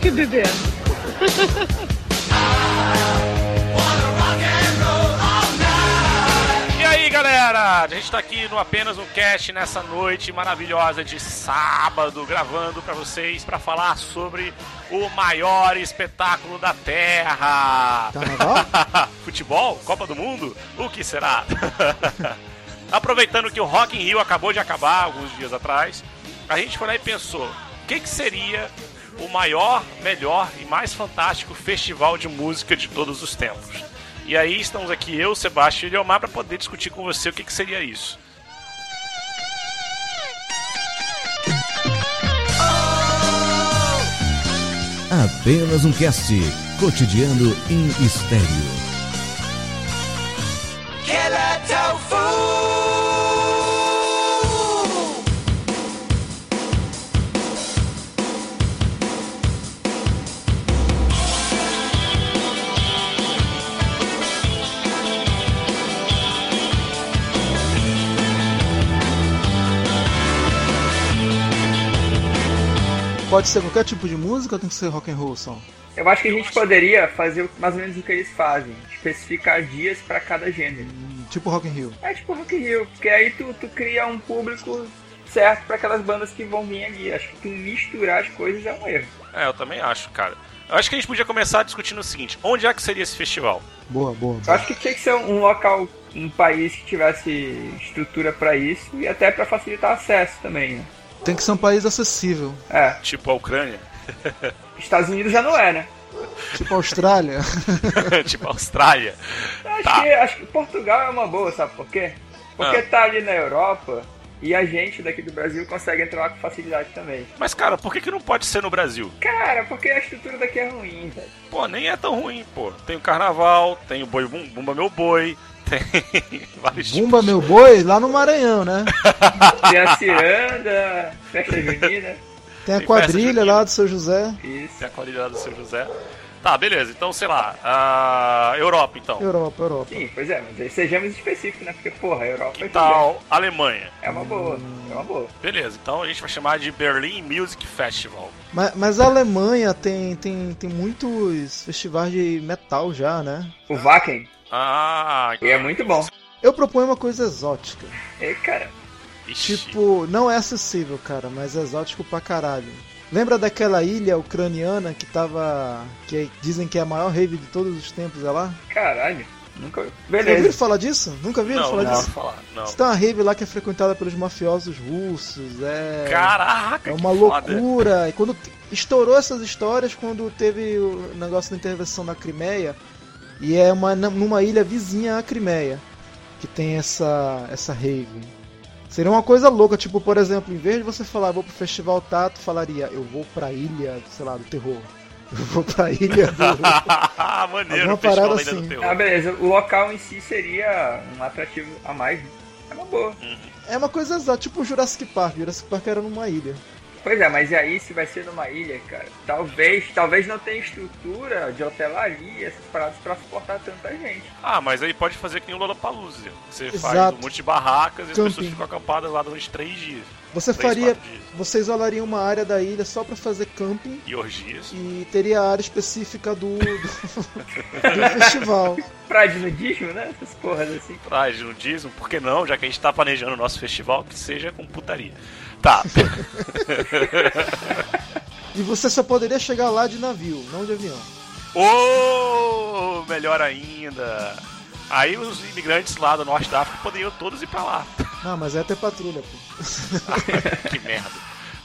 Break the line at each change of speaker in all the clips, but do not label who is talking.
que beber.
E aí, galera? A gente tá aqui no apenas um cast nessa noite maravilhosa de sábado, gravando pra vocês pra falar sobre o maior espetáculo da Terra.
Carnaval?
Futebol? Copa do Mundo? O que será? Aproveitando que o Rock in Rio acabou de acabar alguns dias atrás, a gente foi lá e pensou: o que, que seria o maior, melhor e mais fantástico festival de música de todos os tempos? E aí estamos aqui eu, Sebastião e Leomar para poder discutir com você o que, que seria isso.
Apenas um cast, cotidiano em estéreo.
Pode ser qualquer tipo de música ou tem que ser rock and roll só?
Eu acho que a gente poderia fazer mais ou menos o que eles fazem, especificar dias pra cada gênero.
Hum, Tipo rock and roll.
É tipo Rock in Rio, porque aí tu, tu cria um público certo pra aquelas bandas que vão vir aqui. Acho que tu misturar as coisas é um erro.
É, eu também acho, cara. Eu acho que a gente podia começar discutindo o seguinte: onde é que seria esse festival?
Boa, boa.
Eu acho que tinha que ser um local, um país que tivesse estrutura pra isso e até pra facilitar acesso também. né?
Tem que ser um país acessível.
É,
Tipo a Ucrânia?
Estados Unidos já não é, né?
Tipo Austrália.
tipo a Austrália?
Eu Acho,
Tá.
que, acho que Portugal é uma boa, sabe por quê? Porque tá ali na Europa e a gente daqui do Brasil consegue entrar lá com facilidade também.
Mas, cara, por que, que não pode ser no Brasil?
Cara, porque a estrutura daqui é ruim, velho.
Pô, nem é tão ruim, pô. Tem o carnaval, tem o boi Bum- Bumba Meu Boi, tem vários tipos.
Bumba meu boi lá no Maranhão, né?
Tem a ciranda, festa junina,
Tem
Tem festa
a quadrilha
junina.
lá do seu José.
isso.
Tem a qualidade do seu José. Tá, beleza. Então, sei lá. a Europa, então.
Europa, Europa.
Sim, pois é, mas aí sejamos específicos, né? Porque, porra, a Europa é
Tal, Alemanha.
É uma boa, é uma boa.
Beleza, então a gente vai chamar de Berlin Music Festival.
Mas, mas a Alemanha tem, tem, tem muitos festivais de metal já, né?
O Wacken
Ah,
é muito bom.
Eu proponho uma coisa exótica.
E, cara,
ixi.
Tipo, não é acessível, cara, mas é exótico pra caralho. Lembra daquela ilha ucraniana que tava. que dizem que é a maior rave de todos os tempos, é lá?
caralho, nunca...
Já ouviram
Beleza.
falar disso? Nunca viram
Não,
falar
não vou
disso?
falar. Não.
Isso tem uma rave lá que é frequentada pelos mafiosos russos, é.
Caraca,
É uma
que foda.
loucura. E quando t- estourou essas histórias, quando teve o negócio da intervenção na Crimeia, e é uma, na- numa ilha vizinha à Crimeia, que tem essa, essa rave. Seria uma coisa louca, tipo, por exemplo, em vez de você falar vou pro festival Tato, falaria eu vou pra ilha, sei lá, do terror. Eu vou pra ilha do.
Maneiro,
Alguma
o festival
parada
da Ilha do
assim.
Terror.
Ah, beleza, o local em si seria um atrativo a mais, né? É uma boa.
é uma coisa exata, tipo Jurassic Park. Jurassic Park era numa ilha.
Pois é, mas e aí se vai ser numa ilha, cara? Talvez, talvez não tenha estrutura de hotelaria, essas paradas pra suportar tanta gente.
Ah, mas aí pode fazer que nem o Lollapalooza. Você faz
Exato.
um monte de barracas e as
Camping.
pessoas ficam acampadas lá durante três dias.
Você
Três,
faria.
quatro dias.
Você isolaria uma área da ilha só pra fazer camping
E orgias.
E teria a área específica do, do, do festival.
Pra de nudismo, né? Essas porras assim.
Traz nudismo, por que não? Já que a gente tá planejando o nosso festival, que seja com putaria. Tá,
E você só poderia chegar lá de navio, não de avião.
Ô, melhor ainda. Aí os imigrantes lá do norte da África poderiam todos ir pra lá.
Não, mas é ter patrulha, pô.
que merda.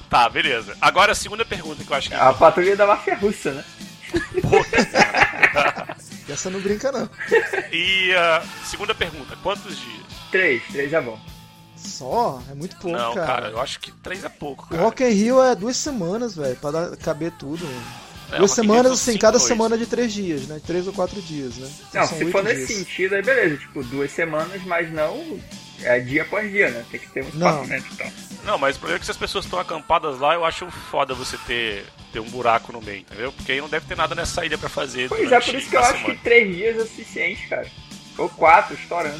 Tá, beleza. Agora a segunda pergunta que eu acho que.
A patrulha da máfia russa, né?
E essa não brinca, não.
E a segunda pergunta, quantos dias?
Três, três já bom.
Só? É muito pouco,
não, cara.
cara.
eu acho que três é pouco,
O
cara.
Rock in Rio é duas semanas, velho, pra dar- caber tudo. né?
É,
duas
Rock in
semanas,
Rio são
assim,
cinco
cada
noites.
semana de três dias, né? Três ou quatro dias, né? Então
Não,
são
se
oito
for nesse
dias.
sentido, aí beleza. Tipo, duas semanas, mas não é dia após dia, né? Tem que ter um
Não.
espaçamento e tal.
Não, mas o problema é que se as pessoas estão acampadas lá, eu acho foda você ter, ter um buraco no meio, entendeu? Porque aí não deve ter nada nessa ilha pra fazer.
Pois é,
durante
por isso que eu
a
acho
semana.
que três dias é o suficiente, cara. Ou quatro, estourando.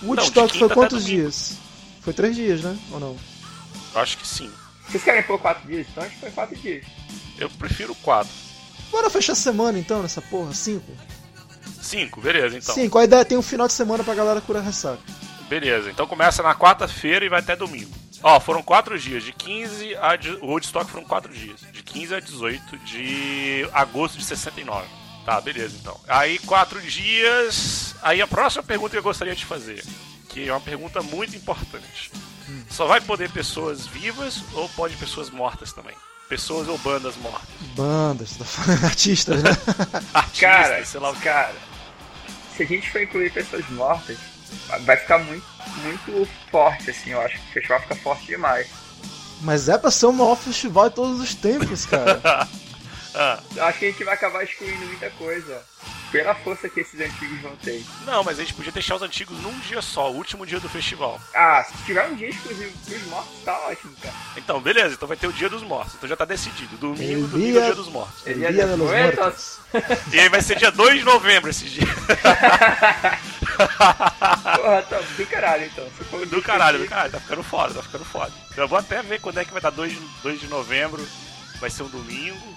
Não,
Woodstock
de quinta tá
foi
até
quantos
domingo.
dias? Foi três dias, né? Ou não?
Eu acho que sim.
Vocês querem pôr quatro dias? Então a gente põe quatro dias.
Eu prefiro quatro.
Bora fechar a semana então nessa porra, cinco.
Cinco, beleza, então.
Cinco, aí dá- tem um final de semana pra galera curar ressaca.
Beleza, então começa na quarta-feira e vai até domingo. Ó, foram quatro dias, de 15 a. de- O Woodstock foram quatro dias, de 15 a 18 de agosto de 69. Tá, beleza então. Aí quatro dias. Aí a próxima pergunta que eu gostaria de fazer, que é uma pergunta muito importante. Só vai poder pessoas vivas ou pode pessoas mortas também? Pessoas ou bandas mortas?
Bandas, tá falando artistas, né?
Artistas,
Cara,
sei lá o que.
cara, se a gente for incluir pessoas mortas, vai ficar muito, muito forte, assim, eu acho que o festival fica forte demais.
Mas é pra ser o maior festival de todos os tempos, cara.
Ah,
Eu acho que a gente vai acabar excluindo muita coisa, pela força que esses antigos vão ter.
não, mas a gente podia deixar os antigos num dia só, o último dia do festival.
Ah, se tiver um dia exclusivo pros mortos, tá ótimo, cara.
Então, beleza, então vai ter o Dia dos Mortos. Então já tá decidido. Domingo,
Ele
domingo é o
ia-
Dia dos Mortos.
Ele
Dia
ia
de los
depois,
Muertos.
E aí vai ser dia 2 de novembro esse dia.
Porra, tá do caralho, então. Se for um dia
Do caralho, do
exclusivo,
caralho, tá ficando foda, tá ficando foda. Eu vou até ver quando é que vai dar 2 de, 2 de novembro. Vai ser um domingo.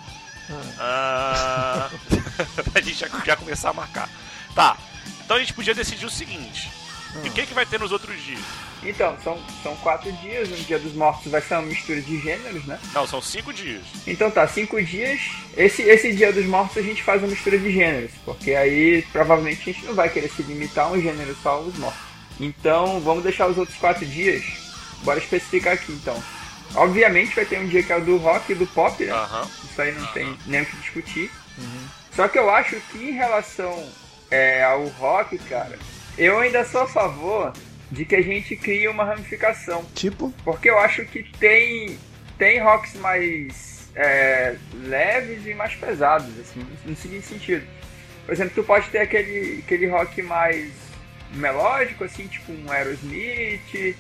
Ah. pra gente já, já começar a marcar. Tá. Então a gente podia decidir o seguinte. E o que, que vai ter nos outros dias?
Então, são, são quatro dias, um dia dos mortos vai ser uma mistura de gêneros, né?
Não, são cinco dias.
Então tá, cinco dias. Esse, esse dia dos mortos a gente faz uma mistura de gêneros, porque aí provavelmente a gente não vai querer se limitar a um gênero só os mortos. Então vamos deixar os outros quatro dias. Bora especificar aqui então. Obviamente vai ter um dia que é o do rock e do pop, né?
Aham.
Isso aí não tem nem o que discutir. Só que eu acho que em relação é, ao rock, cara, eu ainda sou a favor de que a gente crie uma ramificação.
Tipo,
Porque eu acho que tem, tem rocks mais é, leves e mais pesados, assim, no seguinte sentido. Por exemplo, tu pode ter aquele, aquele rock mais melódico, assim, tipo um Aerosmith,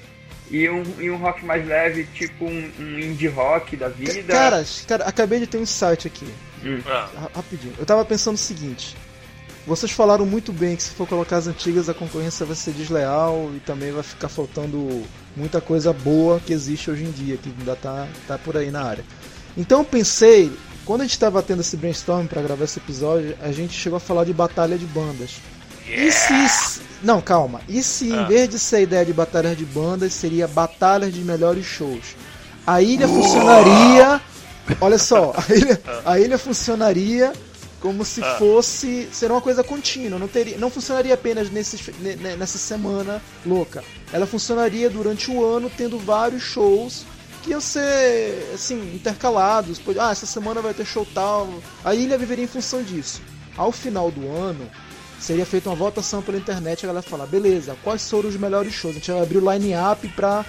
e um, e um rock mais leve, tipo um, um indie rock da
ca-
vida.
caras, cara, acabei de ter um insight aqui.
Ah,
Ra- Rapidinho. Eu tava pensando o seguinte. Vocês falaram muito bem que se for colocar as antigas a concorrência vai ser desleal e também vai ficar faltando muita coisa boa que existe hoje em dia, que ainda tá, tá por aí na área. Então eu pensei, quando a gente tava tendo esse brainstorm pra gravar esse episódio, a gente chegou a falar de batalha de bandas. E se. Não, calma. E se em
Ah.
vez de ser a ideia de batalhas de bandas, seria batalhas de melhores shows? A ilha funcionaria. Olha só, a ilha, a ilha funcionaria como se fosse. Seria uma coisa contínua. Não, teria, não funcionaria apenas nesses, ne- ne- nessa semana louca. Ela funcionaria durante o ano, tendo vários shows que iam ser assim, intercalados. Pode- Ah, essa semana vai ter show tal. A ilha viveria em função disso. Ao final do ano, seria feita uma votação pela internet, a galera falar, beleza, quais foram os melhores shows? A gente vai abrir o line-up pra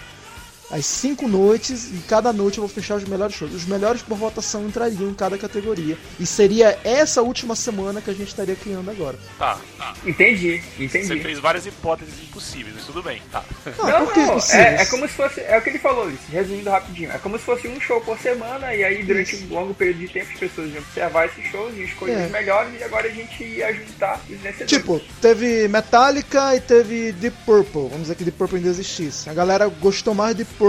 as cinco noites e cada noite eu vou fechar os melhores shows. Os melhores por votação entrariam em cada categoria. E seria essa última semana que a gente estaria criando agora.
tá, tá.
Entendi,
Você
entendi.
fez várias hipóteses impossíveis, mas tudo bem, tá.
Não,
Não,
Ah, por que
não,
possível?
é, é como se fosse. É o que ele falou, Ulisses, resumindo rapidinho. É como se fosse um show por semana, e aí durante um longo período de tempo as pessoas iam observar esses shows e escolher
É.
os melhores, e agora a gente ia juntar os vencedores.
Tipo, teve Metallica e teve Deep Purple. Vamos dizer que Deep Purple ainda existisse. A galera gostou mais de Deep Purple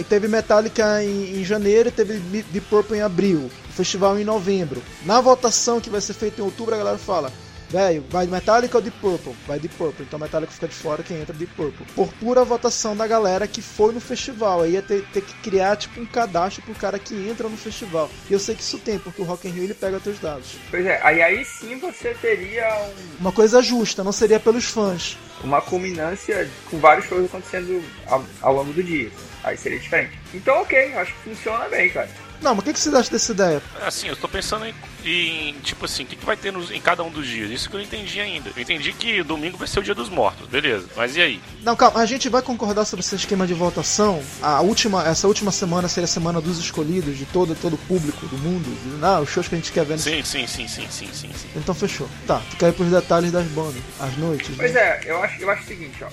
e teve Metallica em, em janeiro e teve Bi- Deep Purple em abril. O festival em novembro. Na votação que vai ser feita em outubro, a galera fala. Velho, vai Metallica ou Deep Purple? Vai Deep Purple. Então Metallica fica de fora, quem entra é Deep Purple. Por pura votação da galera que foi no festival. Aí ia ter, ter que criar, tipo, um cadastro pro cara que entra no festival. E eu sei que isso tem, porque o Rock in Rio ele pega teus dados.
Pois é, aí, aí sim você teria um-
Uma coisa justa, não seria pelos fãs.
uma culminância com vários shows acontecendo ao, ao longo do dia. Aí seria diferente. Então, ok, acho que funciona bem, cara.
Não, mas o que, que vocês acham dessa ideia?
Assim, eu tô pensando em, em, tipo assim, o que, que vai ter nos- em cada um dos dias? Isso que eu não entendi ainda. Eu entendi que domingo vai ser o dia dos mortos, beleza. Mas e aí?
Não, calma, a gente vai concordar sobre esse esquema de votação. A última, essa última semana seria a semana dos escolhidos, de todo, todo o público do mundo. De, ah, os shows que a gente quer ver. no-
Sim, sim, sim, sim, sim, sim, sim.
Então fechou. Tá, tu quer ir pros detalhes das bandas, as noites.
Pois
né?
é, eu acho, eu acho o seguinte, ó.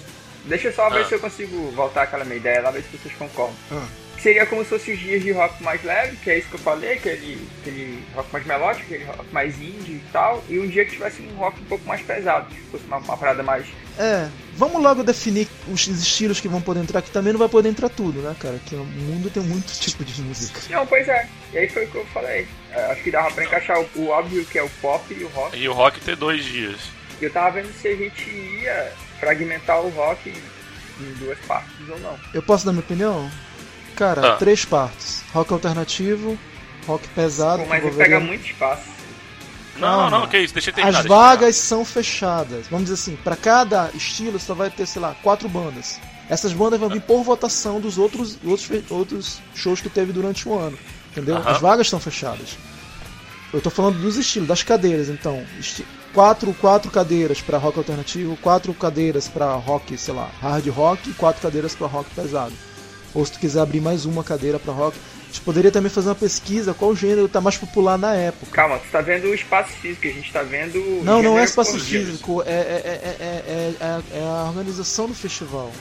Deixa eu só ver
Ah.
se eu consigo voltar àquela minha ideia lá, ver se vocês concordam.
Ah.
seria como se fosse os dias de rock mais leve, que é isso que eu falei, aquele, aquele rock mais melódico, aquele rock mais indie e tal, e um dia que tivesse um rock um pouco mais pesado, que fosse uma, uma parada mais.
É, vamos logo definir os estilos que vão poder entrar, que também não vai poder entrar tudo, né, cara? Que o mundo tem muito tipo de música.
Não, pois é. E aí foi o que eu falei. É, acho que dava pra encaixar o, o óbvio que é o pop e o rock.
E o rock ter dois dias.
Eu tava vendo se a gente ia fragmentar o rock em, em duas partes ou não.
Eu posso dar minha opinião? Cara,
Ah.
três partes. Rock alternativo, rock pesado.
Pô,
que
mas ele
envolveria-
pega muito espaço.
Não, não,
Calma.
que isso, deixa eu terminar.
As
deixa eu terminar.
vagas são fechadas. Vamos dizer assim, pra cada estilo só vai ter, sei lá, quatro bandas. Essas bandas vão vir por votação dos outros, outros, fe- outros shows que teve durante o ano. Entendeu?
Aham.
As vagas estão fechadas. Eu tô falando dos estilos, das cadeiras, então. Esti quatro, quatro cadeiras pra rock alternativo, quatro cadeiras pra rock, sei lá, hard rock e quatro cadeiras pra rock pesado. Ou se tu quiser abrir mais uma cadeira pra rock. A gente poderia também fazer uma pesquisa qual gênero tá mais popular na época.
Calma, tu tá vendo o espaço físico, a gente tá vendo. o
Não, não é
gênero
espaço
por dia.
físico, é, é- é- é- é- é- é a organização do festival.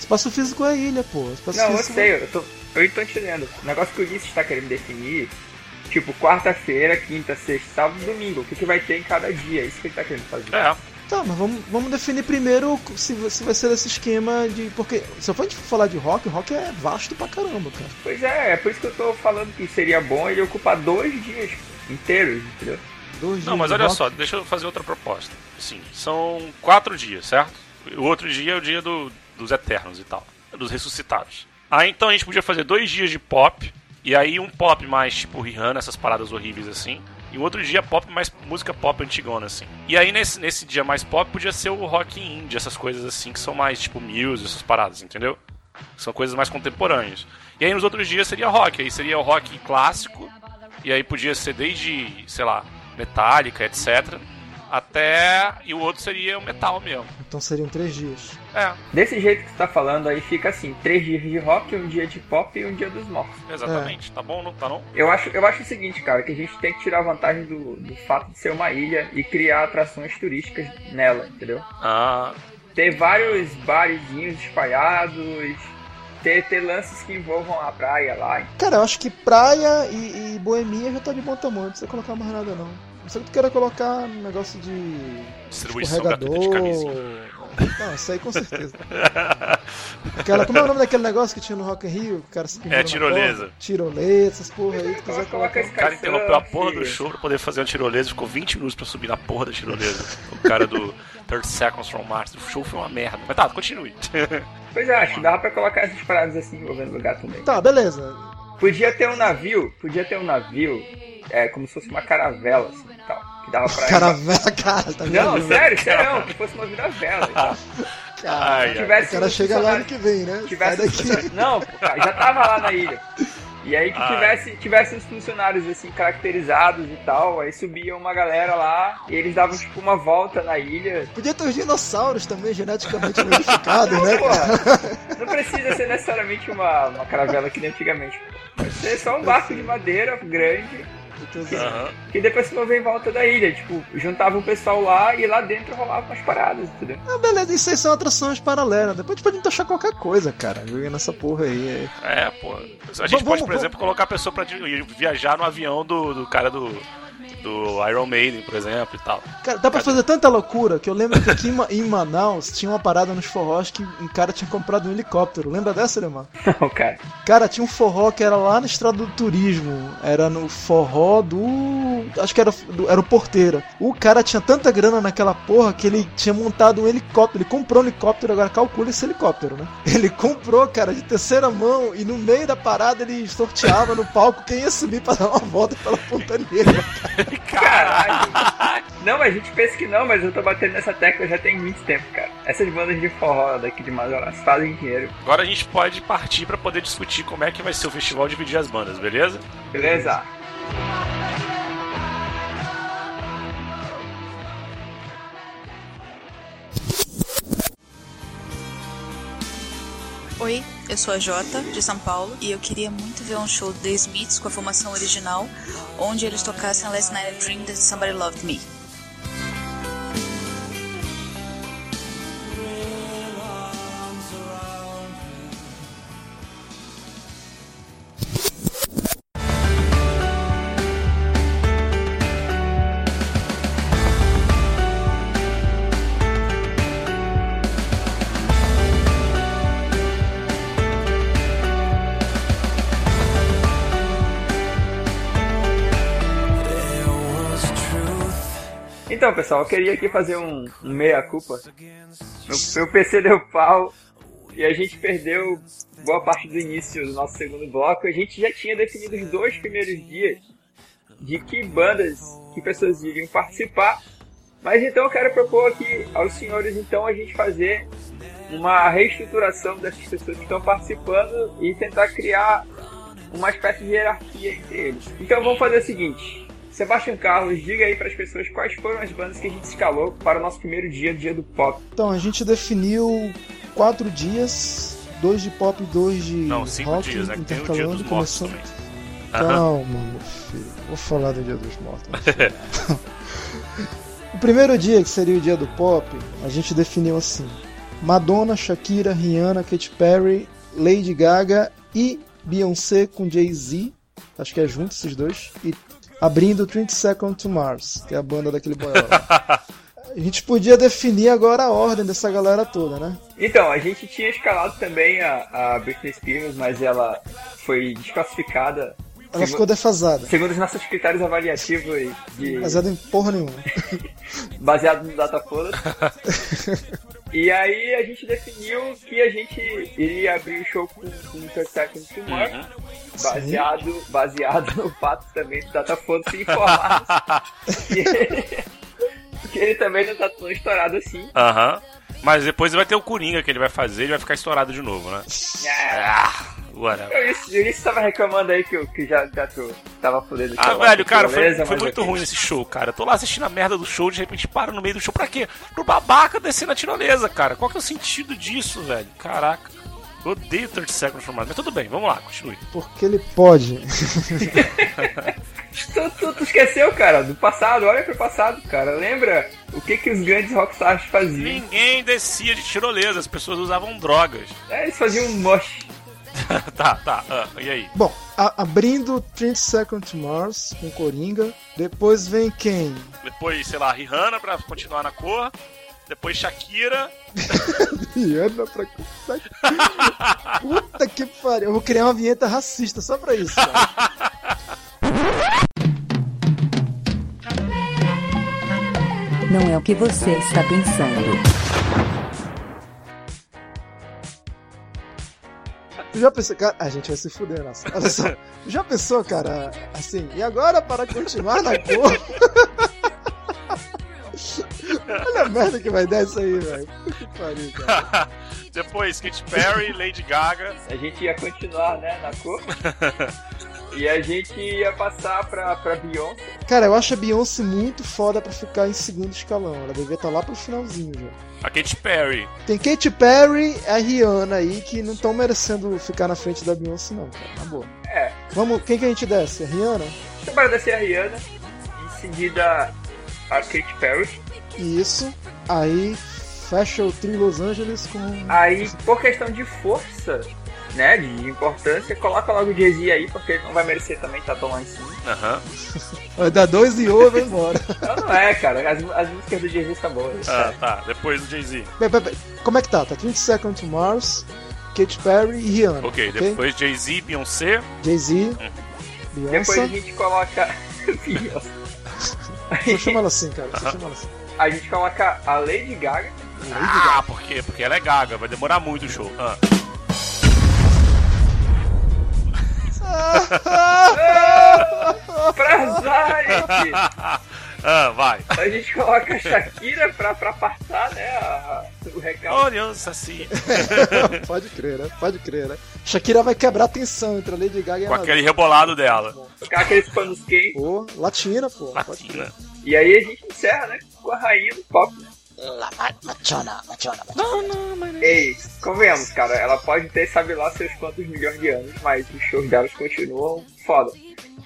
Espaço físico é ilha, pô. Espaço
Não, eu
físico
sei, eu tô, eu tô entendendo. O negócio que o Ulisses tá querendo definir, tipo, quarta-feira, quinta, sexta, sábado, domingo, o que, que vai ter em cada dia, é isso que ele tá querendo fazer.
É,
Tá, mas vamos, vamos definir primeiro se, se vai ser esse esquema de. Porque se eu for falar de rock, rock é vasto pra caramba, cara.
Pois é, é por isso que eu tô falando que seria bom ele ocupar dois dias inteiros, entendeu?
Dois dias
Não, mas
de
olha
rock.
só, deixa eu fazer outra proposta. Sim, são quatro dias, certo? O outro dia é o dia do- dos eternos e tal, dos ressuscitados. Aí então a gente podia fazer dois dias de pop, e aí um pop mais tipo Rihanna, essas paradas horríveis assim, e um outro dia pop mais música pop antigona assim. E aí nesse, nesse dia mais pop podia ser o rock indie, essas coisas assim que são mais tipo muse, essas paradas, entendeu? São coisas mais contemporâneas. E aí nos outros dias seria rock, aí seria o rock clássico, e aí podia ser desde, sei lá, Metallica, etc. Até. E o outro seria o metal mesmo.
Então seriam três dias.
É,
Desse jeito que tu tá falando aí fica assim, três dias de rock, um dia de pop e um dia dos mortos.
exatamente.
É.
Tá bom, não tá não?
Eu acho, eu acho o seguinte, cara, que a gente tem que tirar vantagem do, do fato de ser uma ilha e criar atrações turísticas nela, entendeu?
Ah,
ter vários barezinhos espalhados, ter, ter lances que envolvam a praia lá.
Cara, eu acho que praia e, e boemia já tá de bom tamanho, não precisa colocar mais nada não. Não sei que tu queira colocar um negócio de
distribuição
Tipo,
gratuita de camisinha.
escorregador. Não, isso aí com certeza. Aquela, como é o nome daquele negócio que tinha no Rock in Rio? que O cara se pendura
É,
na
tirolesa.
corda? Tirolesa, essas porra aí. Tu
Coloca,
quiser
coloca
colocar.
Então, esse
O cara interrompeu a porra do show pra poder fazer uma tirolesa, ficou 20 minutos pra subir na porra da tirolesa. o cara do 30 Seconds from Mars. O show foi uma merda. Mas tá, continue.
Pois é, acho que dava pra colocar essas paradas assim envolvendo o lugar também.
Tá, beleza.
Podia ter um navio, podia ter um navio, é, como se fosse uma caravela, assim, e tal. Que dava pra...
Caravela, cara, tá vendo?
Não, sério, sério, não, que fosse uma viravela e tal.
Cara,
Ai,
Se
ai.
tivesse
o cara
um
chega lá ano
funcionário-
que vem, né? Sai
tivesse um
daqui.
funcionário- Não, pô, cara, já tava lá na ilha. E aí que
Ah.
tivesse, tivesse uns funcionários assim, caracterizados e tal, aí subia uma galera lá, e eles davam tipo uma volta na ilha.
Podia ter os dinossauros também, geneticamente modificados, né? cara?
Porra, não precisa ser necessariamente uma, uma caravela que nem antigamente. Pode ser só um barco de madeira grande,
Aham.
que depois se movia em volta da ilha. Tipo, juntava o pessoal lá e lá dentro rolava umas paradas, entendeu?
Ah, beleza, isso aí são atrações paralelas. Depois a gente pode achar qualquer coisa, cara. Jogando essa porra aí.
É, pô. A gente
Vamos,
pode,
vamos,
por exemplo, colocar a pessoa pra di- viajar no avião do, do cara do, do Iron Maiden, por exemplo, e tal.
Cara, dá pra
Cadê?
fazer tanta loucura que eu lembro que aqui em Ma- em Manaus tinha uma parada nos forrós que um cara tinha comprado um helicóptero. Lembra dessa, Lemar?
Não, cara.
Cara, tinha um forró que era lá na estrada do turismo. Era no forró do. Acho que era, do- era o Porteira. O cara tinha tanta grana naquela porra que ele tinha montado um helicóptero. Ele comprou um helicóptero, agora calcula esse helicóptero, né? Ele comprou, cara, de terceira mão e no meio da parada ele sorteava no palco quem ia subir pra dar uma volta pela pontaneira.
Caralho! Não, mas a gente pensa que não, mas eu tô batendo nessa tecla já tem muito tempo, cara. Essas bandas de forró daqui de Mazoras fazem dinheiro,
Agora a gente pode partir pra poder discutir como é que vai ser o festival dividir as bandas, beleza?
beleza?
Oi, eu sou a Jota, de São Paulo, e eu queria muito ver um show do The Smiths com a formação original, onde eles tocassem Last Night I Dreamed That Somebody Loved Me.
Então, pessoal, eu queria aqui fazer um, um meia-culpa. Meu, meu PC deu pau e a gente perdeu boa parte do início do nosso segundo bloco. A gente já tinha definido os dois primeiros dias de que bandas, que pessoas iriam participar. Mas então eu quero propor aqui aos senhores, então, a gente fazer uma reestruturação dessas pessoas que estão participando e tentar criar uma espécie de hierarquia entre eles. Então vamos fazer o seguinte: Sebastião Carlos, diga aí para as pessoas quais foram as bandas que a gente escalou para o nosso primeiro dia, dia do pop.
Então, a gente definiu quatro dias, dois de pop e dois de
Não, cinco
rock,
dias, né? Que tem o dia
intercalando,
dos mortos
começando...
também.
Calma, meu filho. Vou falar do Dia dos Mortos. meu filho. o primeiro dia, que seria o Dia do Pop, a gente definiu assim: Madonna, Shakira, Rihanna, Katy Perry, Lady Gaga e Beyoncé com Jay-Z. Acho que é junto esses dois. E abrindo 30 Seconds to Mars, que é a banda daquele boiola. A gente podia definir agora a ordem dessa galera toda, né?
Então, a gente tinha escalado também a, a Britney Spears, mas ela foi desclassificada.
Ela
Segu-
ficou defasada.
Segundo os nossos critérios avaliativos de,
Baseada em porra nenhuma.
baseado no Datafolha. e aí a gente definiu que a gente iria abrir o show com, com o Third Seconds to Mars, baseado, baseado no fato também do Datafolha se informar que, ele- que ele também não tá tão estourado assim.
Aham. Mas depois vai ter o Coringa que ele vai fazer, ele vai ficar estourado de novo, né?
Ah,
Ah, whatever.
O Ulisses tava reclamando aí que, eu- que já, já tu tava fudendo.
Ah,
com a
velho, cara, foi,
beleza,
foi
mas é
muito
ok.
ruim esse show, cara. Eu tô lá assistindo a merda do show, de repente para no meio do show. Pra quê? Pro babaca descer na tirolesa, cara. Qual que é o sentido disso, velho? Caraca. Eu odeio 30 Seconds from Mars. Mas tudo bem, vamos lá, continue.
Porque ele pode.
Tu, tu, tu esqueceu, cara, do passado. Olha pro passado, cara. Lembra o que, que os grandes rockstars faziam?
Ninguém descia de tirolesa, as pessoas usavam drogas.
É, eles faziam um mosh.
tá, tá. ah, e aí?
Bom, a- abrindo 30 Seconds to Mars com Coringa. Depois vem quem?
Depois, sei lá, Rihanna pra continuar na cor. Depois Shakira.
Rihanna pra começar aqui. Puta que pariu. Eu vou criar uma vinheta racista só pra isso. Cara.
Não é o que você está pensando.
Tu já pensou, cara? A gente vai se fuder, nossa. Olha só. Tu já pensou, cara? Assim, e agora para continuar na cor? Olha a merda que vai dar isso aí, velho. Puta que pariu, cara.
Depois Katy Perry, Lady Gaga.
A gente ia continuar, né, na cor. e a gente ia passar pra, pra Beyoncé.
Cara, eu acho a Beyoncé muito foda pra ficar em segundo escalão. Ela devia estar lá pro finalzinho já.
A Katy Perry.
Tem Katy Perry e a Rihanna aí que não estão merecendo ficar na frente da Beyoncé, não, cara. Na boa.
É.
Vamos, quem que a gente desce? A Rihanna?
Deixa eu agradecer a Rihanna. Em seguida, a Katy Perry.
Isso. Aí fecha o trio Los Angeles com.
Aí, por questão de força, né, de importância, coloca logo o Jay-Z aí, porque ele não vai merecer também estar tão lá em cima.
Aham.
Vai dar dois e ovo e vai embora.
Não, não é, cara. As, as músicas do Jay-Z são boas.
Ah, tá. Depois o Jay-Z.
Peraí, peraí, peraí. Como é que tá? Tá 30 Seconds to Mars, Katy Perry e Rihanna.
Ok, depois Hum. Jay-Z, Beyoncé.
Jay-Z,
Depois a
Beyoncé.
gente coloca. Beyoncé.
Só chama ela assim, cara. Só chama ela assim.
a gente coloca a Lady Gaga.
Ah, por quê? Porque ela é gaga, vai demorar muito o show. Ah.
Pra Zayt!
Ah, vai.
A gente coloca a Shakira pra, pra passar, né? a- o recado.
Olhança assim.
Pode crer, né? Pode crer, né? Shakira vai quebrar a tensão entre a Lady Gaga e a
Com
Madonna.
aquele rebolado dela.
Colocar aqueles panos quentes.
Pô, latina, pô. Pode crer.
Latina.
E aí a gente encerra, né? Com a rainha do pop. né? Ei, convenhamos, cara. Ela pode ter, sabe lá, seus quantos milhões de anos, mas os shows delas continuam foda.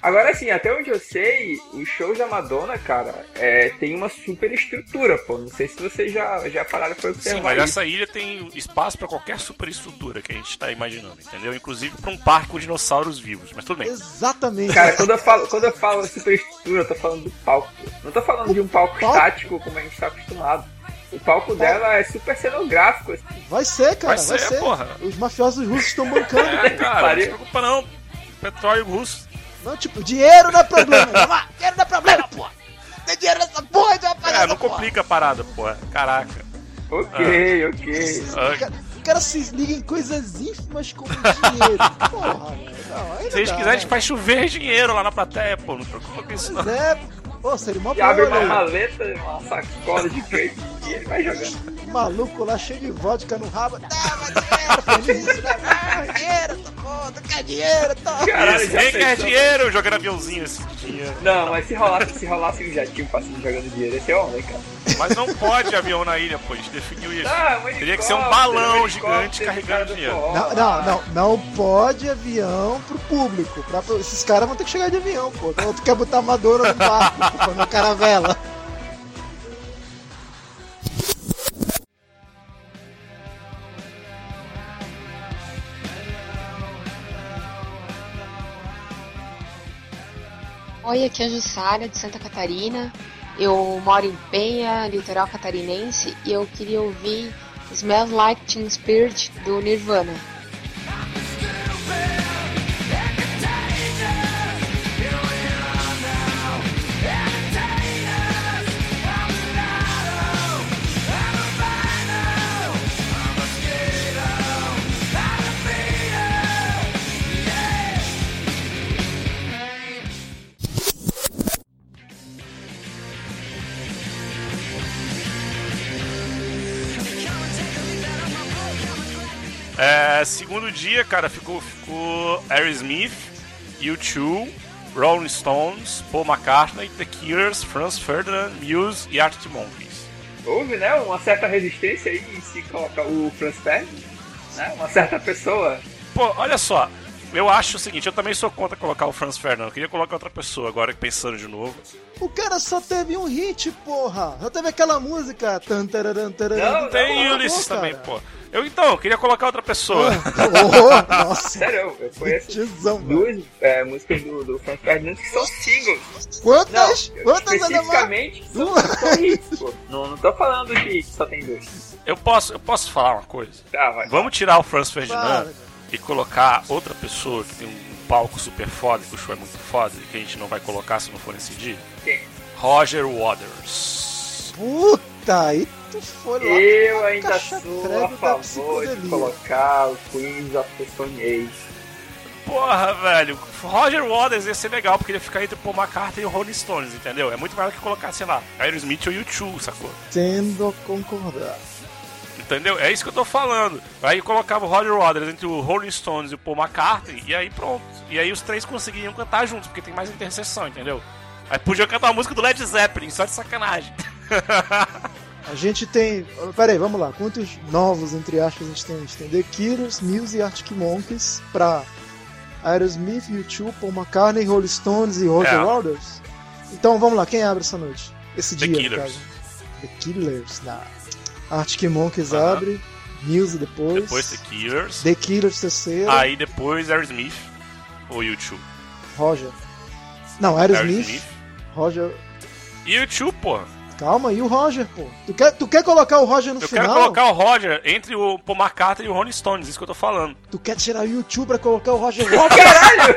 Agora sim, até onde eu sei, os shows da Madonna, cara, é, tem uma super estrutura, pô. Não sei se vocês já, já pararam pra observar
Sim, mas
isso.
essa ilha tem espaço pra qualquer superestrutura que a gente tá imaginando, entendeu? Inclusive pra um parque com dinossauros vivos. Mas tudo bem.
Exatamente.
Cara, quando eu falo, quando eu falo superestrutura, eu tô falando do palco. Não tô falando de um palco
palco?
estático como a gente tá acostumado. O palco dela é super cenográfico. assim.
Vai ser, cara, vai
Vai
ser.
ser, porra.
Os mafiosos russos estão bancando.
É, cara, não
pariu.
se preocupa não. Petróleo russo.
Ah, Não, tipo, dinheiro não é problema. Vamos lá, dinheiro não é problema, porra. Tem dinheiro nessa porra de uma parada.
É, não
porra.
complica a parada, porra. Caraca. é. Ah,
Ok, ok.
O cara, o cara se liga em coisas ínfimas como dinheiro. Porra, velho. Não, aí não
Se eles
dá,
quiserem, a
né?
gente vai chover dinheiro lá na plateia, pô. Não preocupa com isso, não.
Pois é. Pô, seria uma
E abre
boa,
uma
né?
maleta, uma sacola de crepe e ele vai jogando.
Maluco lá cheio de vodka no rabo. Não, mas dinheiro, feliz, né? Dinheiro, tô bom, tu quer dinheiro, tô.
Caralho,
Isso,
já
quem quer
pensou?
dinheiro jogando aviãozinho assim, dinheiro.
Não, mas se rolasse, se rolasse um jatinho passando jogando dinheiro, ia ser homem, cara.
Mas não pode avião na ilha, pô, a gente definiu isso.
Ah, um
Teria que ser um
helicóptero,
balão
um
gigante
helicóptero,
carregando
cara do
dinheiro.
forró.
Não, não, não, não pode avião pro público. Pra- esses caras vão ter que chegar de avião, pô. Então, tu quer botar Madonna no barco, pô, na caravela.
Oi, aqui é a Jussara, de Santa Catarina. Eu moro em Penha, litoral catarinense, e eu queria ouvir Smells Like Teen Spirit do Nirvana.
É, segundo dia, cara, ficou, ficou Aerosmith, U2, Rolling Stones, Paul McCartney, The Killers, Franz Ferdinand, Muse e Arctic Monkeys.
Houve, né, uma certa resistência aí em se colocar o Franz Ferdinand, né? Uma certa pessoa.
Pô, olha só. Eu acho o seguinte, eu também sou contra colocar o Franz Ferdinand. Eu queria colocar outra pessoa agora, pensando de novo.
O cara só teve um hit, porra. Só teve aquela música. Tan, tararam, tararam.
Não, Ah.
Tem
Acabou,
Ulysses
cara.
também, pô. Eu então, eu queria colocar outra pessoa.
Oh, nossa,
Sério, eu- eu conheço
tesão, mano.
duas é, músicas do, do Franz Ferdinand que são singles. Não,
Quantas? Quantas, Ademar?
especificamente que são, são hits, pô. Não, não tô falando que só tem dois.
Eu posso, eu posso falar uma coisa?
Tá, vai.
Vamos tirar o Franz Ferdinand
Claro.
e colocar outra pessoa que tem um palco super foda, que o show é muito foda, e que a gente não vai colocar se não for nesse dia.
Quem?
Roger Waters.
Puta, aí tu foi lá.
Eu ainda
Caixa tá
sou
prego
a
da
favor de
psicodelia.
colocar o Queens of the Stone Age.
Porra, velho. Roger Waters ia ser legal, porque ele ia ficar entre o Paul McCartney e o Rolling Stones, entendeu? É muito melhor que colocar, sei lá, Aerosmith ou U2, sacou?
Tendo a concordar.
Entendeu? É isso que eu tô falando. Aí colocava o Roger Waters entre o Rolling Stones e o Paul McCartney, e aí pronto. E aí os três conseguiriam cantar juntos, porque tem mais interseção, entendeu? Aí podia cantar a música do Led Zeppelin, só de sacanagem.
A gente tem. Peraí, vamos lá. Quantos novos, entre aspas, a gente tem? A gente tem The Killers, Muse e Arctic Monkeys pra Aerosmith, U2, Paul McCartney, Rolling Stones e Roger
É.
Waters. Então vamos lá, quem abre essa noite? Esse
The
dia, no
Killers.
caso. The Killers, na Arctic Monkeys
Aham.
abre, Muse depois.
Depois The Killers.
The Killers terceiro,
Aí depois Aerosmith ou U2.
Roger. Não, Aerosmith,
Aerosmith.
Roger.
E U2, pô.
Calma, e o Roger, pô? Tu quer, tu quer colocar o Roger no
Eu
final?
quero colocar o Roger entre o Paul McCartney e o Rolling Stones, isso que eu tô falando.
Tu quer tirar o YouTube pra colocar o Roger Waters? Caralho!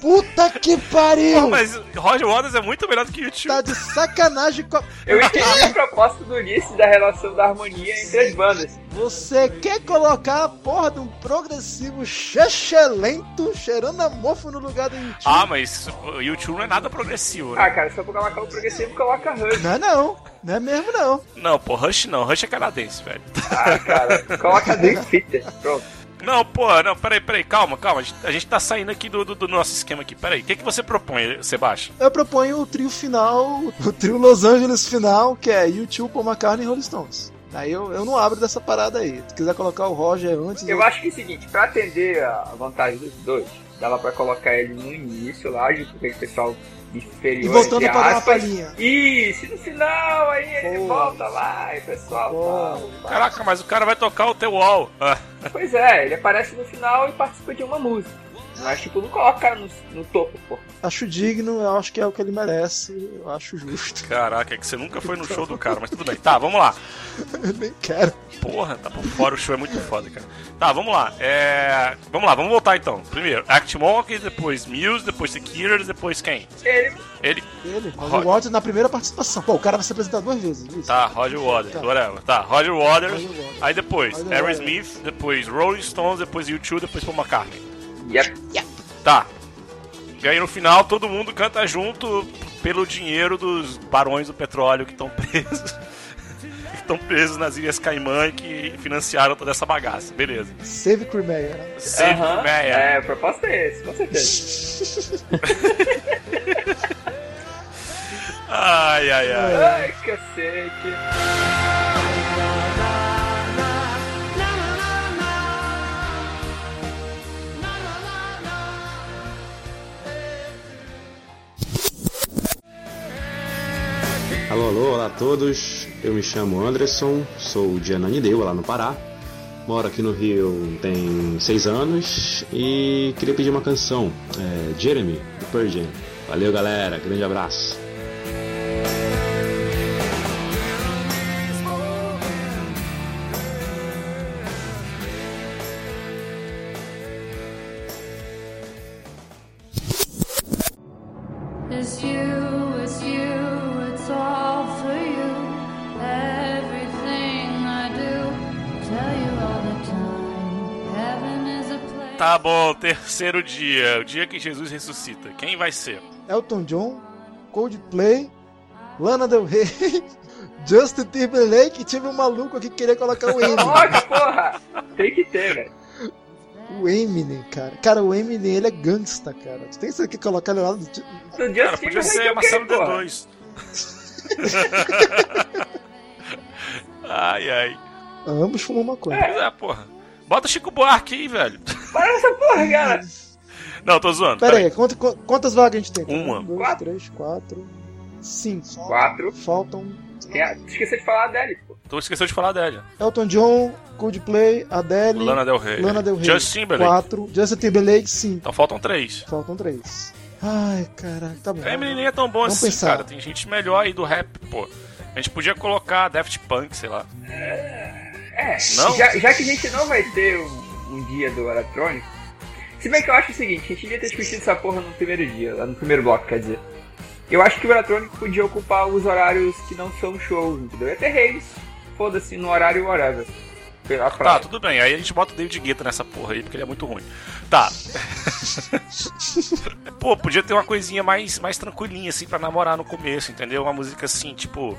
Puta que
Pô,
pariu!
mas Roger Waters é muito melhor do que U2.
Tá de sacanagem com a...
Eu entendi a proposta do Ulisses da relação da harmonia entre as bandas.
Você quer colocar a porra de um progressivo chechelento cheirando a mofo no lugar do YouTube?
Ah, mas o U2 não é nada progressivo, né?
Ah, cara, se eu colocar o progressivo, coloca Rush.
Não é não, não é mesmo não.
Não, pô, Rush não. Rush é canadense, velho.
Ah, cara, coloca Dream Theater. Pronto.
Não, pô, não, peraí, peraí, calma, calma. A gente, a gente tá saindo aqui do, do- do nosso esquema aqui. Peraí, o que, que você propõe, Sebastião?
Eu proponho o trio final, o trio Los Angeles final, que é YouTube, Paul McCartney e Rolling Stones. Aí eu, eu não abro dessa parada aí. Se quiser colocar o Roger antes...
Eu acho que é o seguinte, pra atender a vantagem dos dois, dava pra colocar ele no início lá, junto com aquele pessoal inferior.
E voltando
entre
pra dar uma
aspas.
palhinha.
Isso, e no final aí ele
Boa.
volta lá, e pessoal.
Boa.
tal, tal.
Caraca, mas o cara vai tocar o The Wall. Ah,
Pois é, ele aparece no final e participa de uma música. Mas, tipo, não coloca o cara no, no topo, pô.
Acho digno, eu acho que é o que ele merece, eu acho justo.
Caraca, é que você nunca foi no show do cara, mas tudo bem. Tá, vamos lá.
Eu nem quero.
Porra, tá por fora, o show é muito foda, cara. Tá, vamos lá. É... Vamos lá, vamos voltar então. Primeiro, Act Monkey, depois Muse, depois The Killers, depois quem?
Ele,
Ele.
Ele, mas
Roger.
o Walter na primeira participação. Pô, o cara vai se apresentar duas vezes, isso.
Tá, Roger Waters,
Tá.
whatever. Tá, Roger Waters.
Roger Waters.
Aí depois,
Roger
Aerosmith, depois Rolling Stones, depois U2, depois Paul McCartney.
yep.
Tá. E aí no final todo mundo canta junto pelo dinheiro dos barões do petróleo que estão presos. que estão presos nas Ilhas Caimã e que financiaram toda essa bagaça. Beleza.
Save Cremeia, né?
Save
Aham.
Meyer.
É, a proposta é essa, com certeza.
Ai, ai, ai.
Ai, cacete.
Alô, alô, olá a todos. Eu me chamo Anderson, sou de Ananindeua, lá no Pará. Moro aqui no Rio tem seis anos e queria pedir uma canção, é, Jeremy, do Pearl Jam. Valeu, galera. Grande abraço.
It's you, it's you, it's all for you. Everything I do, tell you all the time. Heaven is a place.
Tá bom, terceiro dia, o dia que Jesus ressuscita. Quem vai ser?
Elton John, Coldplay, Lana Del Rey, Justin Timberlake e tive um maluco aqui que queria colocar o Eminem.
Coloca, porra! Tem que ter, velho.
o Eminem, cara. Cara, o Eminem, ele é gangsta, cara. Tu tem que colocar ele lá do ti-
Do
Cara,
Justin
podia
Timberlake,
ser
eu
Marcelo
quero, porra.
D2. ai, ai.
Ambos fumam uma coisa.
Pois é, porra. Bota Chico Buarque aí, velho.
Para essa porra, cara.
Não, tô zoando.
Pera
peraí.
aí, quant- qu- quantas vagas a gente tem?
Uma.
Um, dois,
Quatro.
três, quatro, cinco.
Quatro.
Faltam
Tem a- Esqueci de falar dele, pô.
Tô esquecendo de falar dela.
Elton John, Coldplay, Adele,
Lana Del Rey.
Lana Del Rey.
Justin Timberlake.
Quatro. Justin Timberlake, cinco.
Então faltam três.
Faltam três. Ai, caraca, tá bom.
A Eminem nem é tão bom
Vamos
assim,
pensar.
cara. Tem gente melhor aí do rap, pô. A gente podia colocar Daft Punk, sei lá. Tá,
É,
Não?
Já, já que a gente não vai ter um, um dia do eletrônico. Se bem que eu acho o seguinte, a gente devia ter discutido essa porra no primeiro dia, lá no primeiro bloco, quer dizer. Eu acho que o eletrônico podia ocupar os horários que não são shows, entendeu? Ia ter raves, foda-se, no horário whatever. Pela
Tá,
praia.
tudo bem. Aí a gente bota o David Guetta nessa porra aí, porque ele é muito ruim. Tá. Pô, podia ter uma coisinha mais, mais tranquilinha, assim, pra namorar no começo, entendeu? Uma música assim, tipo.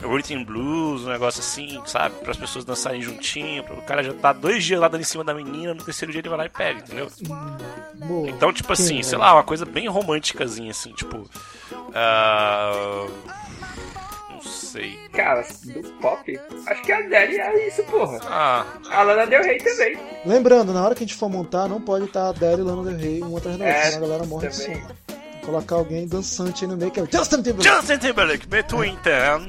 Rhythm Blues, um negócio assim, sabe? Para as pessoas dançarem juntinho. O cara já tá dois dias lá dando em cima da menina, no terceiro dia ele vai lá e pega, entendeu?
Boa.
Então, tipo assim,
Sim,
sei
é.
lá, uma coisa bem românticazinha, assim, tipo. ah, não sei.
Cara, do pop, acho que a Adele é isso, porra.
Ah,
A Lana Del Rey também.
Lembrando, na hora que a gente for montar, não pode estar Adele e Lana Del Rey um atrás da outra,
É,
senão a galera morre de
também.
sono. Vou Colocar alguém dançante aí no meio, que é o Justin Timberlake.
Justin Timberlake, Between Them.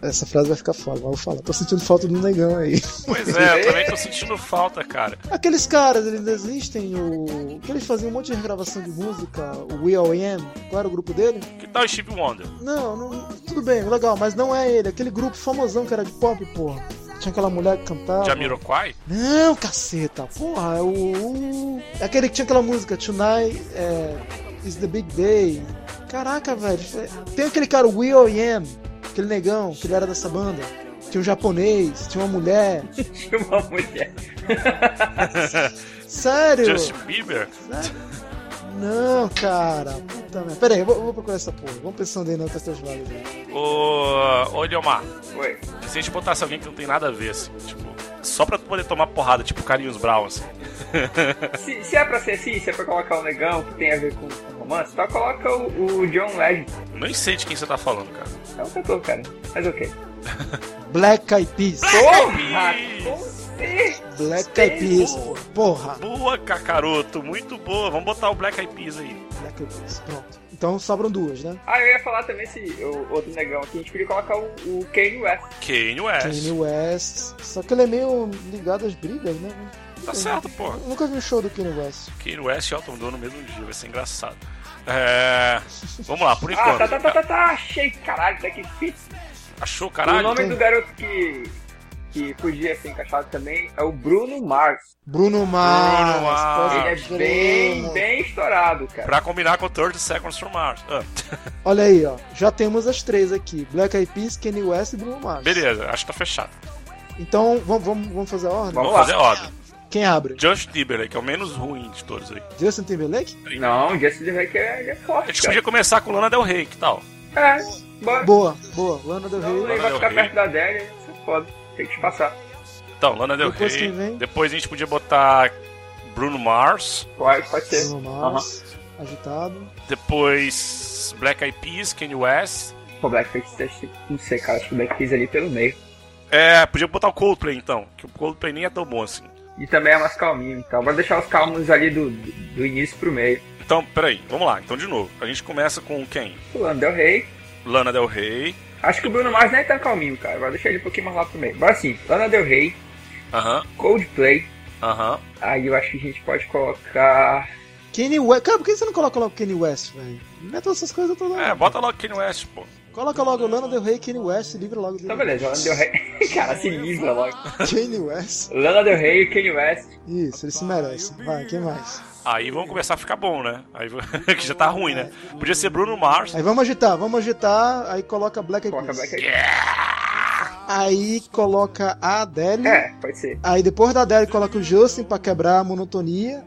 Essa frase vai ficar foda, mas eu vou falar. Tô sentindo falta do negão aí.
Pois é, eu também tô sentindo falta, cara.
Aqueles caras, eles existem, o... que eles faziam um monte de regravação de música, o We All Am, qual era o grupo dele?
Que tal Steve Wonder?
Não, não- tudo bem, legal, mas não é ele, aquele grupo famosão que era de pop, porra. Tinha aquela mulher que cantava.
Jamiroquai?
Não, caceta, porra, é o. o- é Aquele que tinha aquela música, Tonight é, is the Big Day. Caraca, velho. é- Tem aquele cara, o Will Yam, aquele negão, que ele era dessa banda. Tinha um japonês, tinha uma mulher.
Tinha uma mulher.
Sério?
Justin Bieber?
Não, cara. Puta merda. Pera aí, eu vou, eu vou procurar essa porra. Vamos pensando aí nas outras vagas. aí.
Ô, ô Leomar,
Oi.
se a gente botasse alguém que não tem nada a ver, assim, tipo, só pra poder tomar porrada, tipo Carlinhos Brown, assim.
Se, se é pra ser assim, se é pra colocar um negão que tem a ver com, com romance, só coloca o, o John Legend.
Nem sei de quem você tá falando, cara.
É um cantor, cara. Mas ok.
Black Eyed Peas.
Porra! Com certeza!
Black Eyed Peas. Porra.
Boa, Cacaroto, muito boa. Vamos botar o Black Eyed Peas aí.
Black Eyed Peas. Pronto. Então sobram duas, né?
Ah, eu ia falar também se o outro negão aqui, a gente podia colocar o, o Kanye West.
Kanye West.
é Kanye West. Só que ele é meio ligado às brigas, né?
Tá certo, pô.
Eu Nunca vi um show do Kanye West.
Kanye West e Elton John no mesmo dia, vai ser engraçado. É... Vamos lá, por
Ah,
enquanto.
tá, tá, tá, tá, tá, achei, caralho, tá aqui.
Achou,
O
caralho?
nome do garoto que, que podia ser encaixado também é o Bruno Mars.
Bruno Mars.
Bruno Mars.
pode
Ele é
crer,
bem,
mano.
bem estourado, cara.
Pra combinar com o 30 Seconds from Mars. Ah,
Olha aí, ó. Já temos as três aqui: Black Eyed Peas, Kanye West e Bruno Mars.
beleza, acho que tá fechado.
Então, vamos, vamos, vamos fazer a ordem?
Vamos
Vamos,
lá.
fazer ordem.
Quem abre?
Justin Timberlake, é o menos ruim de todos aí.
Justin Timberlake?
Não, Justin Timberlake é, ele é
A
forte,
gente
cara.
podia começar com Lana Del Rey, que tal?
É, bora.
Boa, boa. Lana Del
Não,
Rey.
ele vai
Del
ficar
Rey.
perto da Adele, isso é foda. Tem que te passar.
Então, Lana Del
Depois
Rey.
quem vem?
Depois a gente podia botar Bruno Mars.
Pode, pode ser.
Bruno Mars. Agitado.
Depois Black Eyed Peas, Kanye West.
Aham. O Blackface, não sei, cara, acho que o Blackface ali pelo meio.
É, podia botar o Coldplay então, que o Coldplay nem é tão bom assim.
E também é mais calminho, então. Bora deixar os calmos ali do, do, do início pro meio.
Então, peraí, vamos lá. Então, de novo, a gente começa com quem?
O Lana Del Rey.
Lana Del Rey.
Acho que o Bruno Mars nem é tão calminho, cara. Bora deixar ele um pouquinho mais lá pro meio. Bora sim, Lana Del Rey,
Aham,
Coldplay.
aham.
Aí eu acho que a gente pode colocar.
Kanye West. Cara, por que você não coloca logo Kanye West, velho? Meta essas coisas todas.
É, bota logo Kanye West, pô.
Coloca logo Lana Del Rey e Kanye West. Se livra logo dele.
Então beleza, Lana Del Rey. cara, se livra logo.
Kanye West.
Lana Del Rey e Kanye West.
Isso, ele se merece. Vai, quem mais?
Aí vamos começar a ficar bom, né? Aí que já tá ruim, né? Podia ser Bruno Mars.
Aí vamos agitar, vamos agitar. Aí coloca Black Eyed
Coloca
Peas.
Black
Aí coloca a Adele.
É, pode ser.
Aí depois da Adele coloca o Justin pra quebrar a monotonia.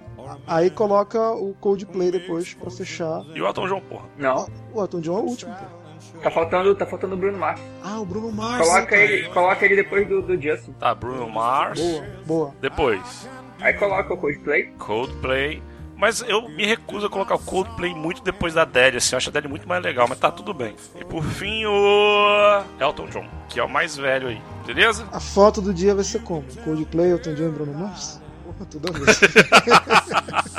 Aí coloca o Coldplay depois pra fechar.
E o Elton John, porra.
Não.
O Elton John é o último. pô.
Tá faltando, tá faltando o Bruno Mars.
Ah, o Bruno Mars. né,
Coloca
cara?
ele, coloca ele depois do, do Justin.
Tá, Bruno Mars.
Boa, boa.
Depois,
Aí coloca o Coldplay.
Coldplay. Mas eu me recuso a colocar o Coldplay muito depois da Adele, assim. Eu acho a Adele muito mais legal, mas tá tudo bem. E por fim, o Elton John, que é o mais velho aí. Beleza?
A foto do dia vai ser como? Coldplay, Elton John e Bruno Mars? Porra, tudo a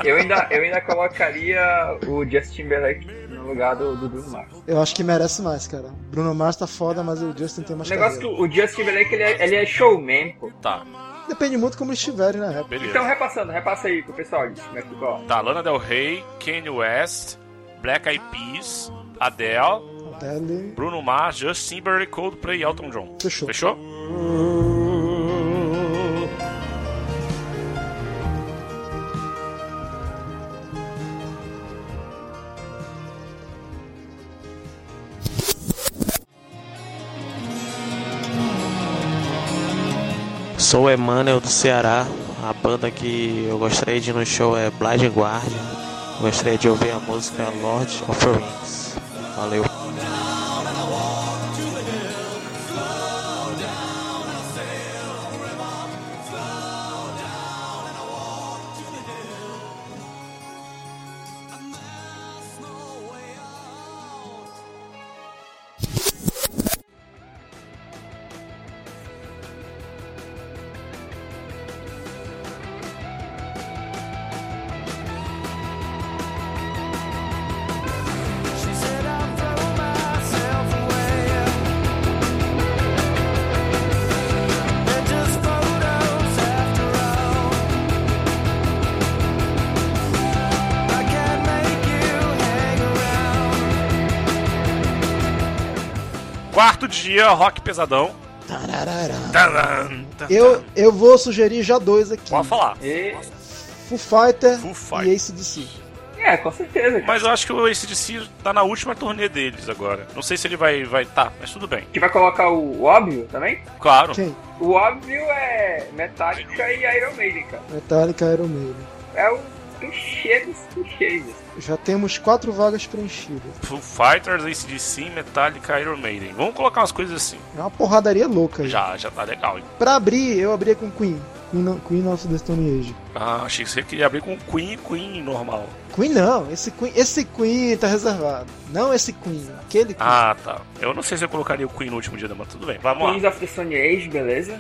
ver.
Eu ainda, eu ainda colocaria o Justin Timberlake no lugar do, do Bruno Mars.
Eu acho que merece mais, cara. Bruno Mars tá foda, mas o Justin tem mais
O negócio é que
carreira.
o o Justin Timberlake, ele é, ele é showman, pô.
Tá,
Depende muito como eles né, estiverem na época.
beleza.
Então repassando, repassa aí pro pessoal gente, como é que ficou.
Tá, Lana Del Rey, Kanye West, Black Eyed Peas, Adele,
Adele,
Bruno Mars, Justin Timberlake, Coldplay e Elton John.
fechou.
Fechou?
Sou Emmanuel do Ceará. A banda que eu gostaria de ir no show é Blind Guardian. Gostaria de ouvir a música Lord of the Rings. Valeu.
Quarto dia, rock pesadão.
Tararara.
Tadam, tadam.
Eu, eu vou sugerir já dois aqui.
Pode falar.
E,
Foo Fighter
Foo
e
Fighters.
ACDC.
é, com certeza, cara.
Mas eu acho que o ACDC tá na última turnê deles agora. Não sei se ele vai vai tá, mas tudo bem.
A gente vai colocar o, o óbvio também?
Claro.
Quem?
O óbvio é Metallica e Iron Maiden, cara.
Metallica Iron Maiden.
É o clichê dos clichês. assim.
Já temos quatro vagas preenchidas.
Foo Fighters, ACDC, Metallica, Iron Maiden. Vamos colocar umas coisas assim.
É uma porradaria louca aí.
Já, já tá legal. hein?
Pra abrir, eu abria com Queen. Queen, não- Queen of the Stone Age.
Ah, achei que você queria abrir com Queen, Queen normal.
Queen não, esse Queen, esse Queen tá reservado. Não esse Queen, aquele Queen.
Ah, tá. Eu não sei se eu colocaria o Queen no último dia da mas tudo bem. Vamos
Queens
lá.
of the Stone Age, beleza?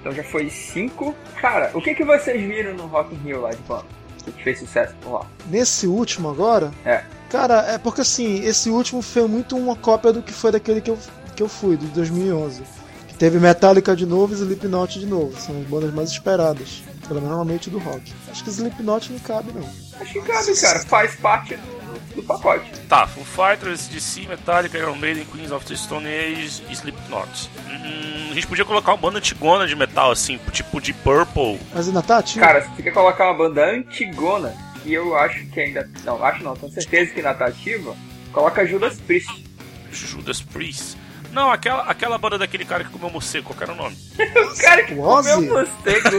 Então já foi cinco. Cara, o que, que vocês viram no Rock in Rio lá de banda? Que fez sucesso por lá?
Nesse último agora?
É.
Cara, é porque assim, esse último foi muito uma cópia do que foi daquele que eu, que eu fui, de 2011. Que teve Metallica de novo e Slipknot de novo. São as bandas mais esperadas. Pelo menos na noite do rock. Acho que Slipknot não cabe, não.
Acho que cabe, cara. Faz parte do, do pacote.
Tá, Foo Fighters, DC, Metallica, Iron Maiden, Queens of the Stone Age e Slipknot. Hum, a gente podia colocar uma banda antigona de metal, assim, tipo de Purple.
Mas ainda tá ativo?
Cara, se você quer colocar uma banda antigona, que eu acho que ainda. Não, acho não, tenho certeza que ainda tá ativa, coloca Judas Priest.
Judas Priest. Não, aquela, aquela banda daquele cara que comeu morcego, qual que era o nome?
o cara que
O Ozzy?
comeu morcego.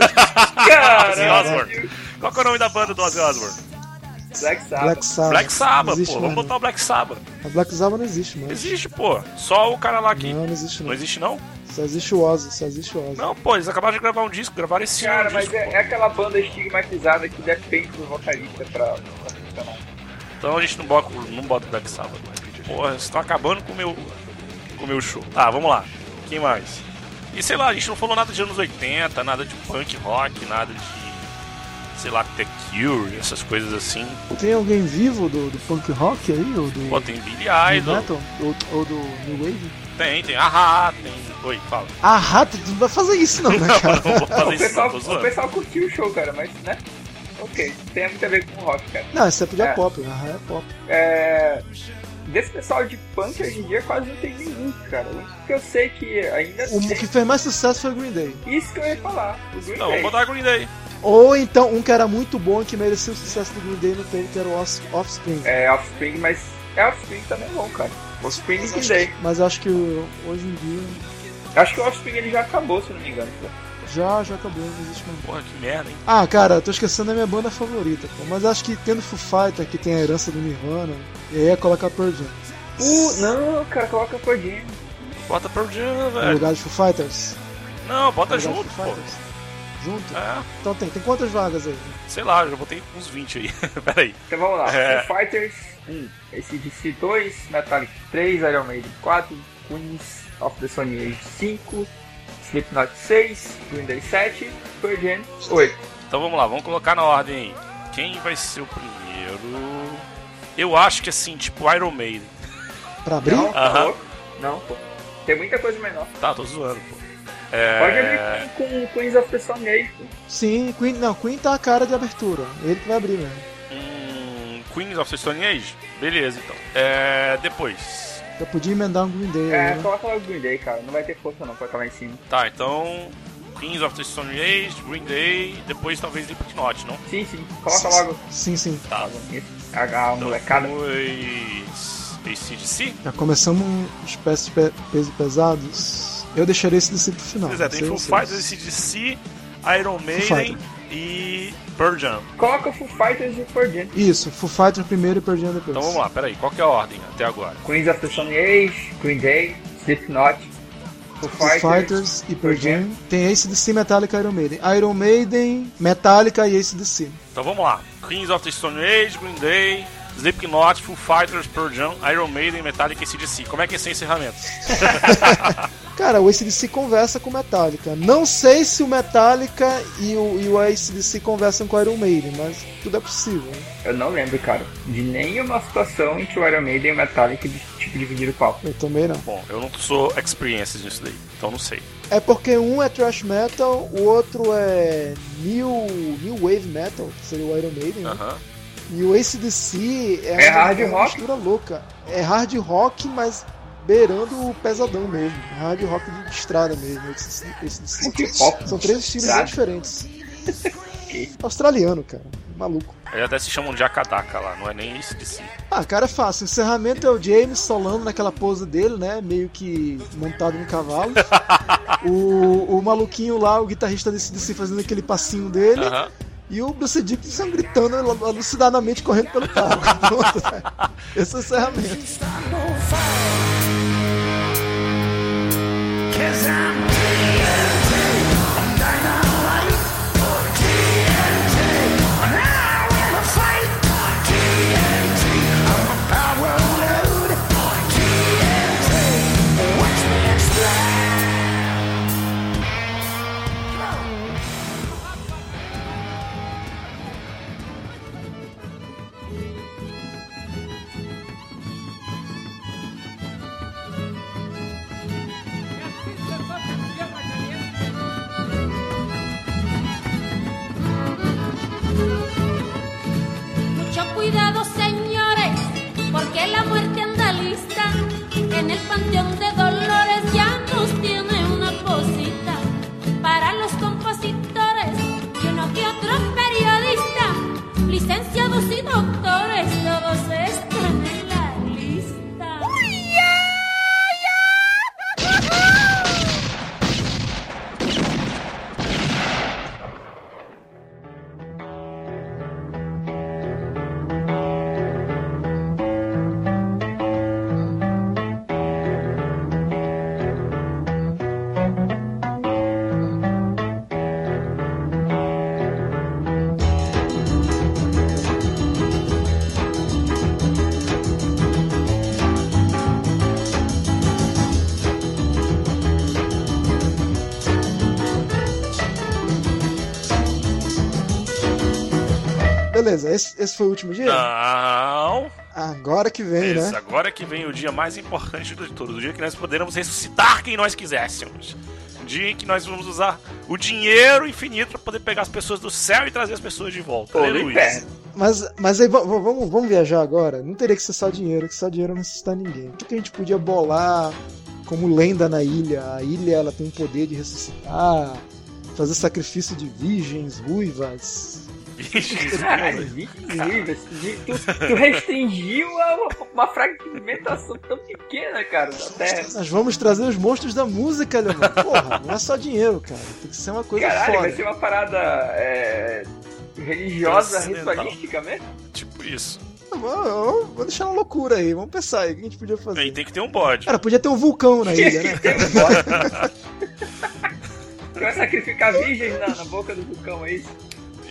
Ozzy
Caralho.
Osbourne. Qual que é o nome da banda do Ozzy Osbourne?
Black Sabbath.
Black Sabbath.
Black
Ah, Não
Sabbath,
existe
pô.
mais,
Vamos
né?
botar o Black Sabbath.
não. A Black Sabbath não existe, mano.
Existe, pô. Só o cara lá que...
Não, não existe
Não
não.
existe, não?
Só existe o Ozzy, só existe o Ozzy.
Não, pô, eles acabaram de gravar um disco, gravaram esse
Cara,
ano um
mas
disco,
é,
pô.
é aquela banda estigmatizada que depende do vocalista pra, pra funcionar.
Então a gente não bota, não bota o Black Sabbath. Porra, vocês estão acabando com o meu, com o meu show. Tá, vamos lá. Quem mais? E sei lá, a gente não falou nada de anos 80, nada de punk rock, nada de, sei lá, The Cure, essas coisas assim.
Tem alguém vivo do, do punk rock aí? Ou do,
Pô,
do
tem Billy Idol,
metal? Ou, ou do New Wave?
tem, tem Ahá, tem... Oi, fala.
Ah, rato, tu não vai fazer isso não, né, cara?
Não vou fazer
O
isso, não,
pessoal,
tô
o
zoando.
pessoal curtiu o show, cara, mas, né? Ok, tem muito a ver com rock, cara.
Não, exceto de
É.
pop, né? é pop.
É, desse pessoal de punk hoje em dia quase não tem nenhum, cara. O único que eu sei é que ainda
O
tem.
que fez mais sucesso foi o Green Day.
Isso que eu ia falar. O Green
Não,
Day.
vamos botar a Green Day.
Ou então, um que era muito bom e que merecia o sucesso do Green Day no peito, que era o Os- Offspring.
É Offspring, mas é Offspring também é bom, cara. Offspring e Green Day.
Mas eu acho que o- hoje em dia
Acho que o Offspring ele já acabou, se não me engano. cara.
já, já acabou, não existe mais.
Porra, que merda, hein?
Ah, cara, eu tô esquecendo a minha banda favorita, pô. Mas acho que tendo Foo Fighter, que tem a herança do Nirvana, e aí é colocar Pearl Jam.
Uh, não, cara, coloca a Codinha.
Bota Pearl Jam,
No
velho.
lugar de Foo Fighters.
Não,
Tá
bota
No lugar de
junto,
Foo
pô.
Fighters. Junto?
É,
Então tem, tem quantas vagas aí?
sei lá, eu já botei uns 20 aí. Peraí.
Então vamos lá.
É.
Foo Fighters 1, esse DC 2, Metallica 3, Iron Maiden 4, Queens of the Stone Age 5, Slipknot 6, Green Day 7, Pearl Jam 8.
Então vamos lá, vamos colocar na ordem aí. Quem vai ser o primeiro? Eu acho que assim, tipo Iron Maiden.
Pra abrir?
Não, tá
Aham.
louco? Não, pô. Tem muita coisa menor.
Tá, tô zoando, pô.
Pode
É...
abrir com, com Queens of the Stone Age. pô.
Sim, Queen, não, Queen tá a cara de abertura. Ele que vai abrir né? mesmo.
Hum, Queens of the Stone Age? Beleza, então. É... Depois.
Já podia emendar um Green Day aí,
É,
né?
coloca lá o Green Day, cara. Não vai ter força não pra estar lá em cima.
Tá, então... Queens of the Stone Age, Green Day, depois talvez Slipknot, não?
Sim, sim. Coloca logo. Ah,
Sim, sim.
Tá.
Isso. A, a
Então
molecada.
depois... ACDC?
Já começamos os pesos pe- peso pesados. Eu deixaria esse DC pro final.
Pois é, tem
Não
Foo
sei vocês.
Fighters, ACDC, Iron Maiden
Fighters.
e Pearl Jam.
Coloca Foo Fighters e Pearl Jam.
Isso, Foo Fighter primeiro e Pearl Jam depois.
Então vamos lá, peraí, qual que é a ordem até agora?
Queens of the Stone Age, Green Day, Slipknot, Foo
Foo Fighters e Pearl Jam. Tem Ace DC, Metallica e Iron Maiden. Iron Maiden, Metallica e Ace DC.
Então vamos lá. Queens of the Stone Age, Green Day, Slipknot, Foo Fighters, Pearl Jam, Iron Maiden, Metallica e CDC. Como é que é esse encerramento?
Cara, o ACDC conversa com o Metallica. Não sei se o Metallica e o, e o ACDC conversam com o Iron Maiden, mas tudo é possível. né?
Eu não lembro, cara, de nenhuma situação em que o Iron Maiden e o Metallica tipo, dividiram o palco.
Eu também não.
Bom, eu não sou experience nisso daí, então não sei.
É porque um é thrash metal, o outro é new, new wave metal, que seria o Iron Maiden, né?
Aham.
E o ACDC é,
Ah. É hard
uma
rock?
mistura louca. É hard rock, mas beirando o pesadão mesmo. Hard rock de estrada mesmo. ACDC.
Hip hop.
São três estilos bem
Sabe?
diferentes. Australiano, cara. Maluco.
Eles até se chamam de Akadaka lá, não é nem ACDC.
Ah, cara, é fácil. O encerramento é o James solando naquela pose dele, né? Meio que montado no cavalo. o, o maluquinho lá, o guitarrista desse DC fazendo aquele passinho dele.
Aham.
E o Bruce Dickinson gritando al- alucinadamente correndo pelo carro. Pronto, né? Esse é o encerramento. beleza, esse, esse foi o último dia?
Não.
Agora que vem,
Esse,
né?
Ah. Agora que vem o dia mais importante de todos, o dia que nós poderemos ressuscitar quem nós quiséssemos. O dia em que nós vamos usar o dinheiro infinito para poder pegar as pessoas do céu e trazer as pessoas de volta.
Ou do
Aleluia.
inferno.
Mas, mas aí va- va- vamos, vamos viajar agora. Não teria que ser só dinheiro, que só dinheiro não assustar ninguém. O que que a gente podia bolar como lenda na ilha? A ilha ela tem o poder de ressuscitar, fazer sacrifício de virgens, ruivas.
é,
Caralho, vive, vive. assim, tu, tu restringiu a uma, uma fragmentação tão pequena, cara, da Terra.
Nós vamos trazer os monstros da música, Leomar. Porra, não é só dinheiro, cara. Tem que ser uma coisa
Caralho,
foda.
vai ser uma parada é, religiosa,
Transcendental.
ritualística mesmo?
Tipo isso.
Vamos- vamos- vou deixar na loucura aí. Vamos pensar aí. O que a gente podia fazer?
Aí tem que ter um bode.
Cara, podia ter um vulcão na ilha, né? cara?
Tu vai sacrificar virgens na, na boca do vulcão, é isso?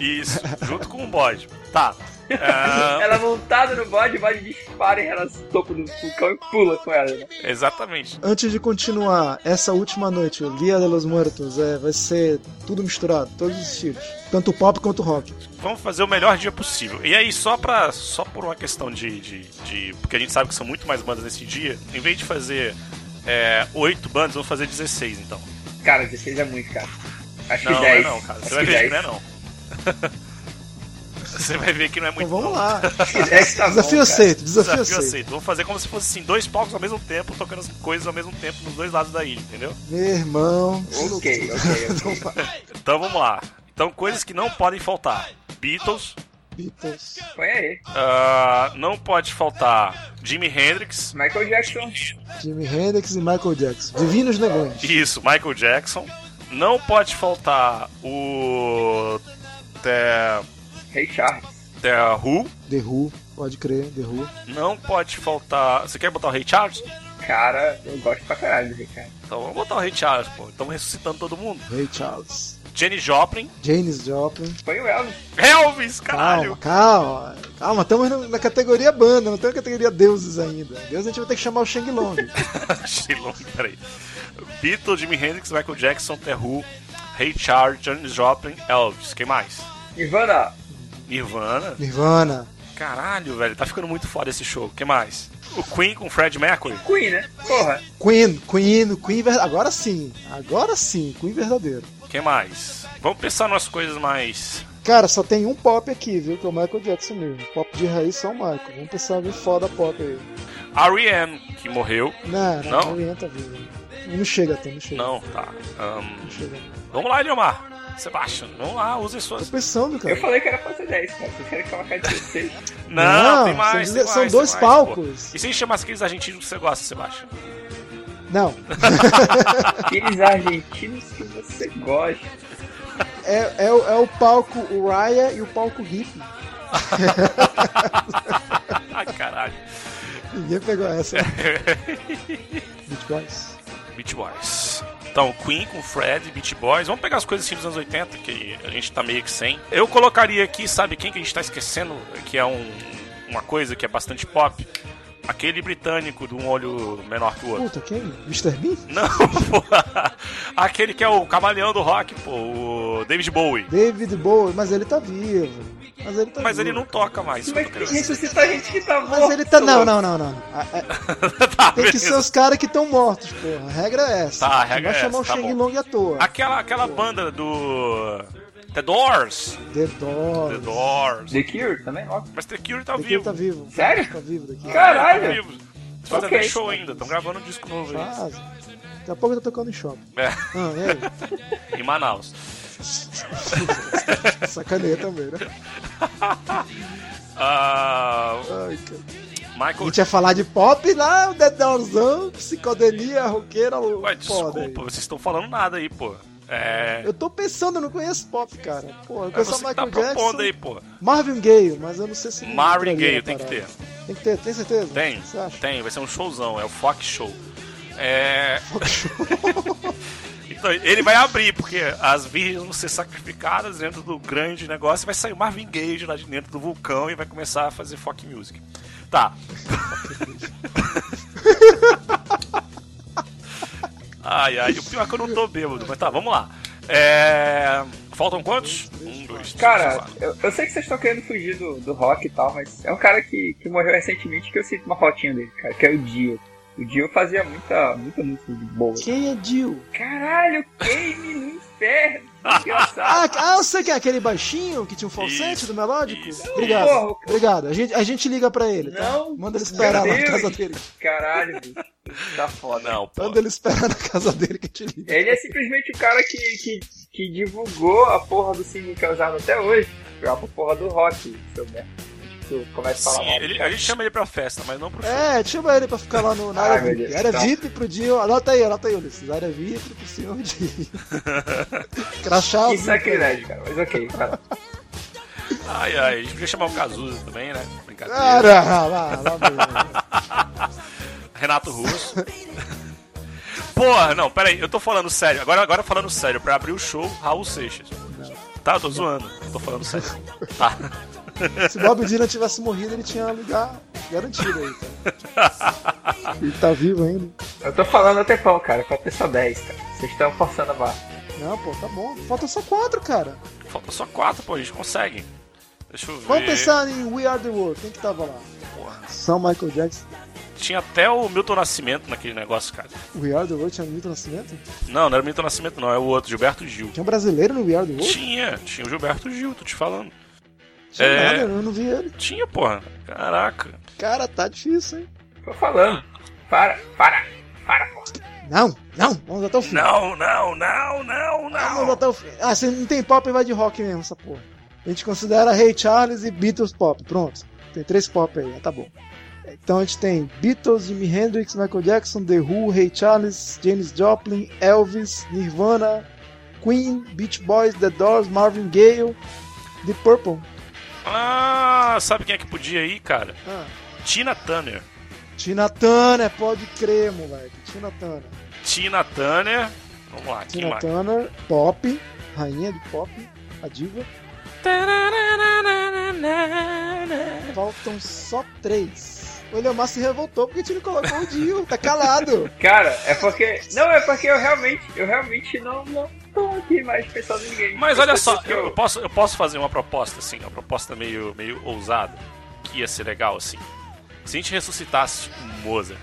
Isso, junto com um bode. Tá. Ah,
Ela montada no bode, o bode dispara em relação ao topo do vulcão e pula com ela, né?
exatamente.
Antes de continuar, essa última noite, o Dia de los Muertos, é, vai ser tudo misturado, todos os estilos. Tanto pop quanto rock. Então
Vamos fazer o melhor dia possível. E aí, só pra, só por uma questão de, de, de- Porque a gente sabe que são muito mais bandas nesse dia. Em vez de fazer é, 8 bandas, vamos fazer 16 então.
Cara, 16 é muito, cara. Acho
Não,
que
não é
10.
não, cara. Você
Acho
vai
que
ver que
10.
não é não. Você vai ver que não é muito
Então vamos
não.
lá.
Acho que 10 tá bom,
Desafio
cara.
aceito, desafio,
Desafio
aceito.
aceito. Vamos fazer como se fosse assim, dois palcos ao mesmo tempo, tocando as coisas ao mesmo tempo nos dois lados da ilha, entendeu?
Meu irmão.
Ok, ok, ok.
Não fa-
Então vamos lá. Então, coisas que não podem faltar. Beatles,
Beatles.
Põe aí.
ah, não pode faltar Jimi Hendrix,
Michael Jackson.
Jimi Hendrix e Michael Jackson. Divinos Negões.
isso, Michael Jackson. Não pode faltar o The,
Rei Charles.
The Who.
The Who, pode crer, The Who.
Não pode faltar. Você quer botar o Ray Charles?
Cara, eu gosto pra caralho do Rei Charles.
Então vamos botar o Ray Charles, pô. Estamos ressuscitando todo mundo.
Ray Charles.
Jenny Joplin.
Janis Joplin.
Põe o Elvis.
Elvis, caralho!
Calma, calma. Calma, estamos na- na categoria banda, não estamos na categoria deuses ainda. Deus a gente vai ter que chamar o Shang Long.
Achei longo, peraí. Beatles, Jimi Hendrix, Michael Jackson, The Who, Ray Charles, Janis Joplin, Elvis. Quem mais?
Ivana,
Nirvana.
Nirvana.
Caralho, velho, tá ficando muito foda esse show. Quem mais? O Queen com Fred Mercury.
Queen, né? Porra.
Queen, Queen, Queen ver- Agora sim, agora sim, Queen verdadeiro.
Quem mais? Vamos pensar nas coisas mais.
Cara, só tem um pop aqui, viu? Que é o Michael Jackson mesmo. Pop de raiz só o Michael. Vamos pensar em foda pop aí.
R.E.M., que morreu.
Não,
Não?
não, não orienta vivo. Não chega, até, não chega.
Não, tá. Ahn,
Não chega.
vamos lá, Eliomar. Sebastian, vamos lá, usem
Tô
suas.
pensando, cara.
Eu falei que era pra ser 10, cara. Vocês querem colocar 16?
Não, tem
são
mais.
deze-
tem
são
mais,
dois
tem mais,
palcos.
pô. E se a gente chamasse aqueles argentinos que você gosta, Sebastian?
Não,
Aqueles argentinos que você gosta.
é, é, o- é o palco Raya e o palco hippie.
Ai, caralho.
Ninguém pegou essa. Beach Boys.
Beach Boys. Então, Queen com Fred, Beach Boys. Vamos pegar as coisas assim dos anos 80, que a gente tá meio que sem. Eu colocaria aqui, sabe quem que a gente tá esquecendo? Que é um, uma coisa que é bastante pop. Aquele britânico de um olho menor que o outro.
Puta, quem? Mr. Bean?
Não, pô. Aquele que é o camaleão do rock, pô. O David Bowie.
David Bowie, mas ele tá vivo. Mas ele tá
Mas
vivo.
ele não toca mais. Tá
Mas tem é que ressuscitar gente que tá morta.
Mas ele tá. Não, não,
mano.
não, não. A- a-
tá,
Tem que ser
beleza.
os caras que estão mortos, porra. A regra é essa.
Tá, a
Não
regra é
vai chamar
essa,
o
tá
Shang
bom.
Long à toa.
Aquela, aquela banda do. The Doors.
The Doors.
The Doors.
The Cure também, ó.
Mas The Cure tá
Daqui ele
vivo.
tá vivo.
Sério?
Tá vivo daqui.
Caralho.
Vivos. Eles fazem
Ok. Ah.
até show ainda, estão gravando um disco novo aí.
Faz. Daqui a pouco eu tô tocando em shopping.
É,
Ah, é.
em Manaus.
Sacaneia também, né?
Ah,
Ai, cara. A
Michael
gente ia falar de pop lá, o Dedorzão, psicodelia, roqueira, o
Ué,
é foda. aí.
desculpa, vocês estão falando nada aí, pô. É.
Eu tô pensando, eu não conheço pop, cara. Pô, eu
É
conheço
você que
Michael
tá
Jackson.
propondo aí, pô.
Marvin Gaye, mas eu não sei se. não
Marvin
entraria
Gaye,
na
tem que
parada.
ter.
Tem que ter, tem certeza?
Tem,
Você acha?
tem, vai ser um showzão, é o Fox Show. É. então, ele vai abrir, porque as virgens vão ser sacrificadas dentro do grande negócio e vai sair o Marvin Gaye de lá de dentro do vulcão e vai começar a fazer folk music. Tá. ai, ai, o pior é que eu não tô bêbado, mas tá, vamos lá. É, Faltam quantos? Um, dois, Cristo.
Cara, eu, eu sei que vocês estão querendo fugir do, do rock e tal, mas é um cara que, que morreu recentemente que eu sinto uma fotinha dele, cara, que é o Dio. O Dio fazia muita, muita música boa.
Quem é Dio?
Caralho, queime no inferno!
Ah,
Engraçado.
ah, eu sei que é aquele baixinho que tinha um falsete do melódico?
isso.
Obrigado.
Porra, cara.
Obrigado. A gente, a gente liga pra ele, tá?
Não,
Manda ele esperar
meu
na
Deus.
casa dele.
Caralho, bicho. Tá foda.
Não, pô.
Manda ele esperar na casa dele que a gente liga.
Ele é simplesmente o cara que, que, que divulgou a porra do single que é usado até hoje. Jogar pra porra do rock, seu merda. Tipo, começa a falar
Sim,
mal.
ele- a gente chama ele pra festa, mas não pro show.
É, chama ele pra ficar lá no, na
Ai,
área
meu
VIP.
Deus,
Área
tá.
VIP pro Dio. Anota aí, anota aí, Ulisses. Área VIP pro senhor Dio. Crachá.
Que sacrilégio, cara. Mas ok, cara.
Ai, ai, a gente podia chamar o Cazuza também, né? Brincadeira.
Cara, lá, lá, lá.
Renato Russo. Porra, não, peraí, eu tô falando sério. Agora, agora falando sério, pra abrir o show, Raul Seixas. Tá, eu tô zoando, eu tô falando sério. Tá.
Se Bob Dylan tivesse morrido, ele tinha lugar garantido aí, cara. Ele tá vivo ainda.
Eu tô falando até pão, cara. Falta só 10, cara. Vocês estão forçando a barra.
Não, pô, tá bom. Faltam só quatro, cara.
Falta só quatro, pô, a gente consegue. Deixa eu ver.
Vamos pensar em We Are The World. Quem que tava lá?
É. Porra.
São Michael Jackson.
Tinha até o Milton Nascimento naquele negócio, cara.
We Are The World tinha Milton Nascimento?
Não, não era o Milton Nascimento, não, é o outro, Gilberto Gil.
Tinha um brasileiro no We Are The World?
Tinha, tinha o Gilberto Gil, tô te falando.
Tinha
É.
nada, eu não vi ele.
Tinha, porra. Caraca.
Cara, tá difícil, hein?
Tô falando. Para, para, para, porra.
Não, não, vamos até o fim.
Não, não, não, não,
Vamos
não.
até o fim. Ah, se não tem pop, vai de rock mesmo, essa porra. A gente considera Ray Charles e Beatles pop. Pronto. Tem três pop aí, ah, tá bom. Então a gente tem Beatles, Jimi Hendrix, Michael Jackson, The Who, Ray Charles, James Joplin, Elvis, Nirvana, Queen, Beach Boys, The Doors, Marvin Gaye, The Purple.
Ah, sabe quem é que podia ir, cara?
Ah.
Tina Turner.
Tina Turner, pode crer, moleque. Tina Turner.
Tina Turner. Vamos lá, quem
Tina
mais?
Turner, pop, rainha do pop, a diva. Faltam só três. O Leomar se revoltou porque Tino colocou o Dio, tá calado.
Cara, é porque. Não, é porque eu realmente. Eu realmente não, não tô aqui mais pensando em ninguém. Tipo
Mas
assim, Eu
olha
tô
só,
pensando
eu, eu posso, eu posso fazer uma proposta, assim, uma proposta meio, meio ousada, que ia ser legal, assim. Se a gente ressuscitasse o Mozart.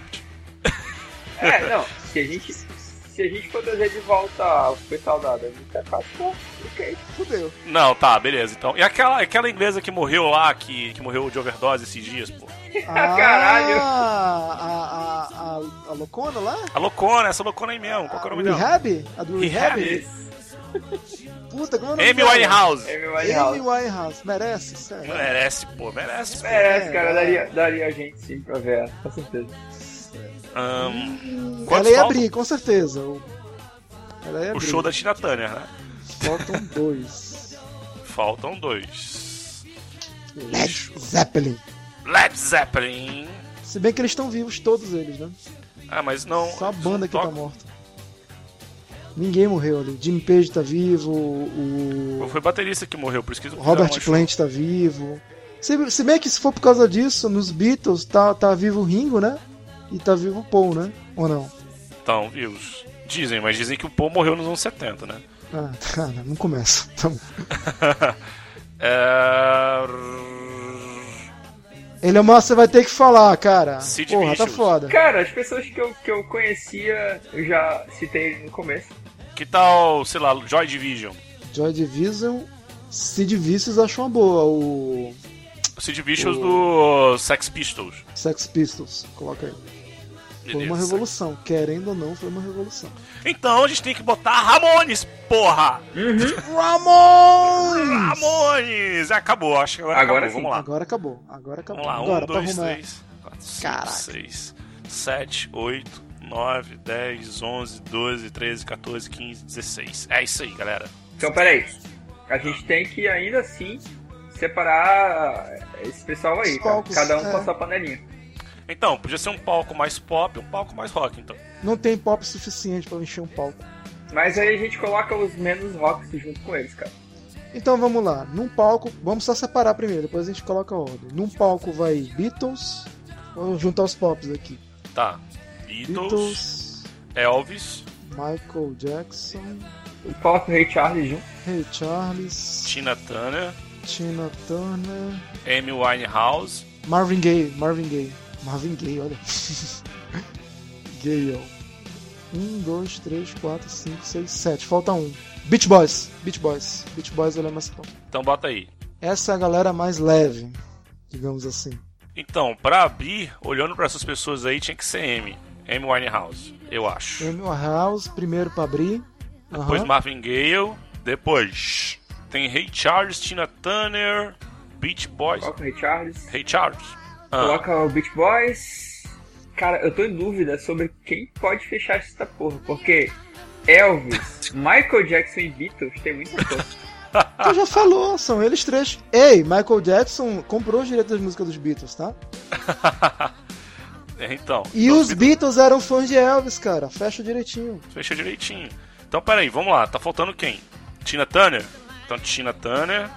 É, não. Se a gente. Se a gente for trazer de volta o pessoal da da música clássica, pô, ok.
Fudeu.
Não, tá, beleza. Então. E aquela, aquela inglesa que morreu lá, que, que morreu de overdose esses dias, pô.
Caralho.
Ah, a, a, a, a loucona lá?
A loucona, essa loucona aí mesmo. Qual que é o nome dela?
Rehab? A do Rehab? Puta, como é o nome
Amy
dela?
Winehouse.
Amy
Amy
Winehouse.
Winehouse. Merece, sério.
Merece, pô, merece. Pô.
É,
Merece, É, cara. Daria, daria a gente sim pra ver ela, com certeza.
Ahn,
Ela
quantos
ia
faltam?
abrir, com certeza. O- Ela ia
O
abrir.
show da Tina Turner, né?
Faltam dois.
Faltam dois.
Led Zeppelin.
Led Zeppelin.
Se bem que eles estão vivos, todos eles, né?
Ah, mas não.
Só a banda que
toca-
tá morta. Ninguém morreu ali. Jimmy Page tá vivo, o
Foi o baterista que morreu, por isso que eles
Robert
fizeram uma-
Plant tá vivo. Se, se bem que se for por causa disso, nos Beatles tá, tá vivo o Ringo, né? E tá vivo o Paul, né? Ou não?
Então, views. Dizem, mas dizem que o Paul morreu nos anos 70, né?
Ah, cara, não começa. Tá bom.
é...
Ele é uma, você vai ter que falar, cara.
Sid
Porra, tá
Vicious.
foda.
Cara, as pessoas que eu, que eu conhecia, eu já citei no começo.
Que tal, sei lá, Joy Division?
Joy Division, Sid Vicious achou uma boa. O
Sid Vicious do Sex Pistols.
Sex Pistols, coloca aí. Foi uma
Beleza.
revolução. Querendo ou não, foi uma revolução.
Então a gente tem que botar Ramones, porra!
Uhum.
Ramon!
Ramones! Acabou, acho que agora,
Agora
acabou.
sim.
Vamos lá.
Agora acabou, agora acabou.
Vamos lá,
Então tá, agora,
1,
pra
2,
arrumar.
3, 4, 5,
Caraca.
6, 7, 8, 9, 10, 11, 12, 13, 14, 15, 16. É isso aí, galera.
Então, peraí. A gente tem que ainda assim separar esse pessoal aí,
Os
cara.
palcos,
Cada um
é.
com a sua panelinha.
Então, podia ser um palco mais pop e um palco mais rock, então.
Não tem pop suficiente pra encher um palco.
Mas aí a gente coloca os menos rocks junto com eles, cara.
Então vamos lá, num palco, vamos só separar primeiro, depois a gente coloca a ordem. Num palco vai Beatles, vamos juntar os pops aqui.
Tá. Beatles,
Beatles,
Elvis,
Michael Jackson,
Coloca o Rei Charles junto.
Rei hey Charles.
Tina Turner.
Tina Turner.
Amy Winehouse.
Marvin Gaye, Marvin Gaye. Marvin Gaye, olha. Gaye, ó. 1, 2, 3, 4, 5, 6, 7. Falta um. Beach Boys. Beach Boys. Beach Boys ele é mais top.
Então bota aí.
Essa é a galera mais leve, digamos assim.
Então, pra abrir, olhando para essas pessoas aí, tinha que ser M. M Winehouse, eu acho.
M Winehouse, primeiro pra abrir.
Depois
Aham.
Marvin Gaye. Depois tem Ray Charles, Tina Turner, Beach Boys.
Coloca o Rei Charles.
Ray Charles. Ah,
Coloca o Beach Boys. Cara, eu tô em dúvida sobre quem pode fechar essa porra, porque Elvis, Michael Jackson e Beatles tem muita coisa.
Tu já falou, são eles três. Ei, Michael Jackson comprou os direitos das músicas dos Beatles, tá?
é, então.
E
Então,
os Beatles eram fãs de Elvis, cara. Fecha direitinho.
Fecha direitinho. Então, peraí, vamos lá. Tá faltando quem? Tina Turner? Então, Tina Turner.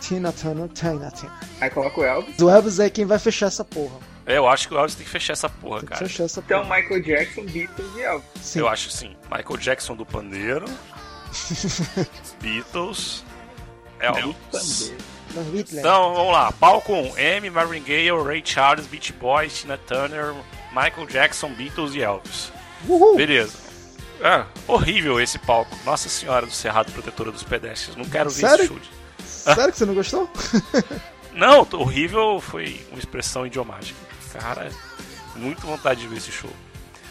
Tina Turner, Tina Turner.
Aí coloca o Elvis.
O Elvis é quem vai fechar essa porra.
É, Eu acho que o Elvis tem que fechar essa porra,
Tem que
cara.
fechar essa
Então
porra.
Michael Jackson, Beatles e Elvis.
Sim.
Eu acho sim. Michael Jackson do pandeiro. Beatles. Elvis.
Também.
Mas Whitley.
Então, vamos lá. Palco 1. M, Marvin Gaye, Ray Charles, Beach Boys, Tina Turner, Michael Jackson, Beatles e Elvis.
Uhul.
Beleza. É, horrível esse palco. Nossa Senhora do Cerrado Protetora dos Pedestres. Não quero ver
Sério?
esse chute.
Sério que você não gostou?
Não, tô- horrível foi uma expressão idiomática. Cara, muito vontade de ver esse show.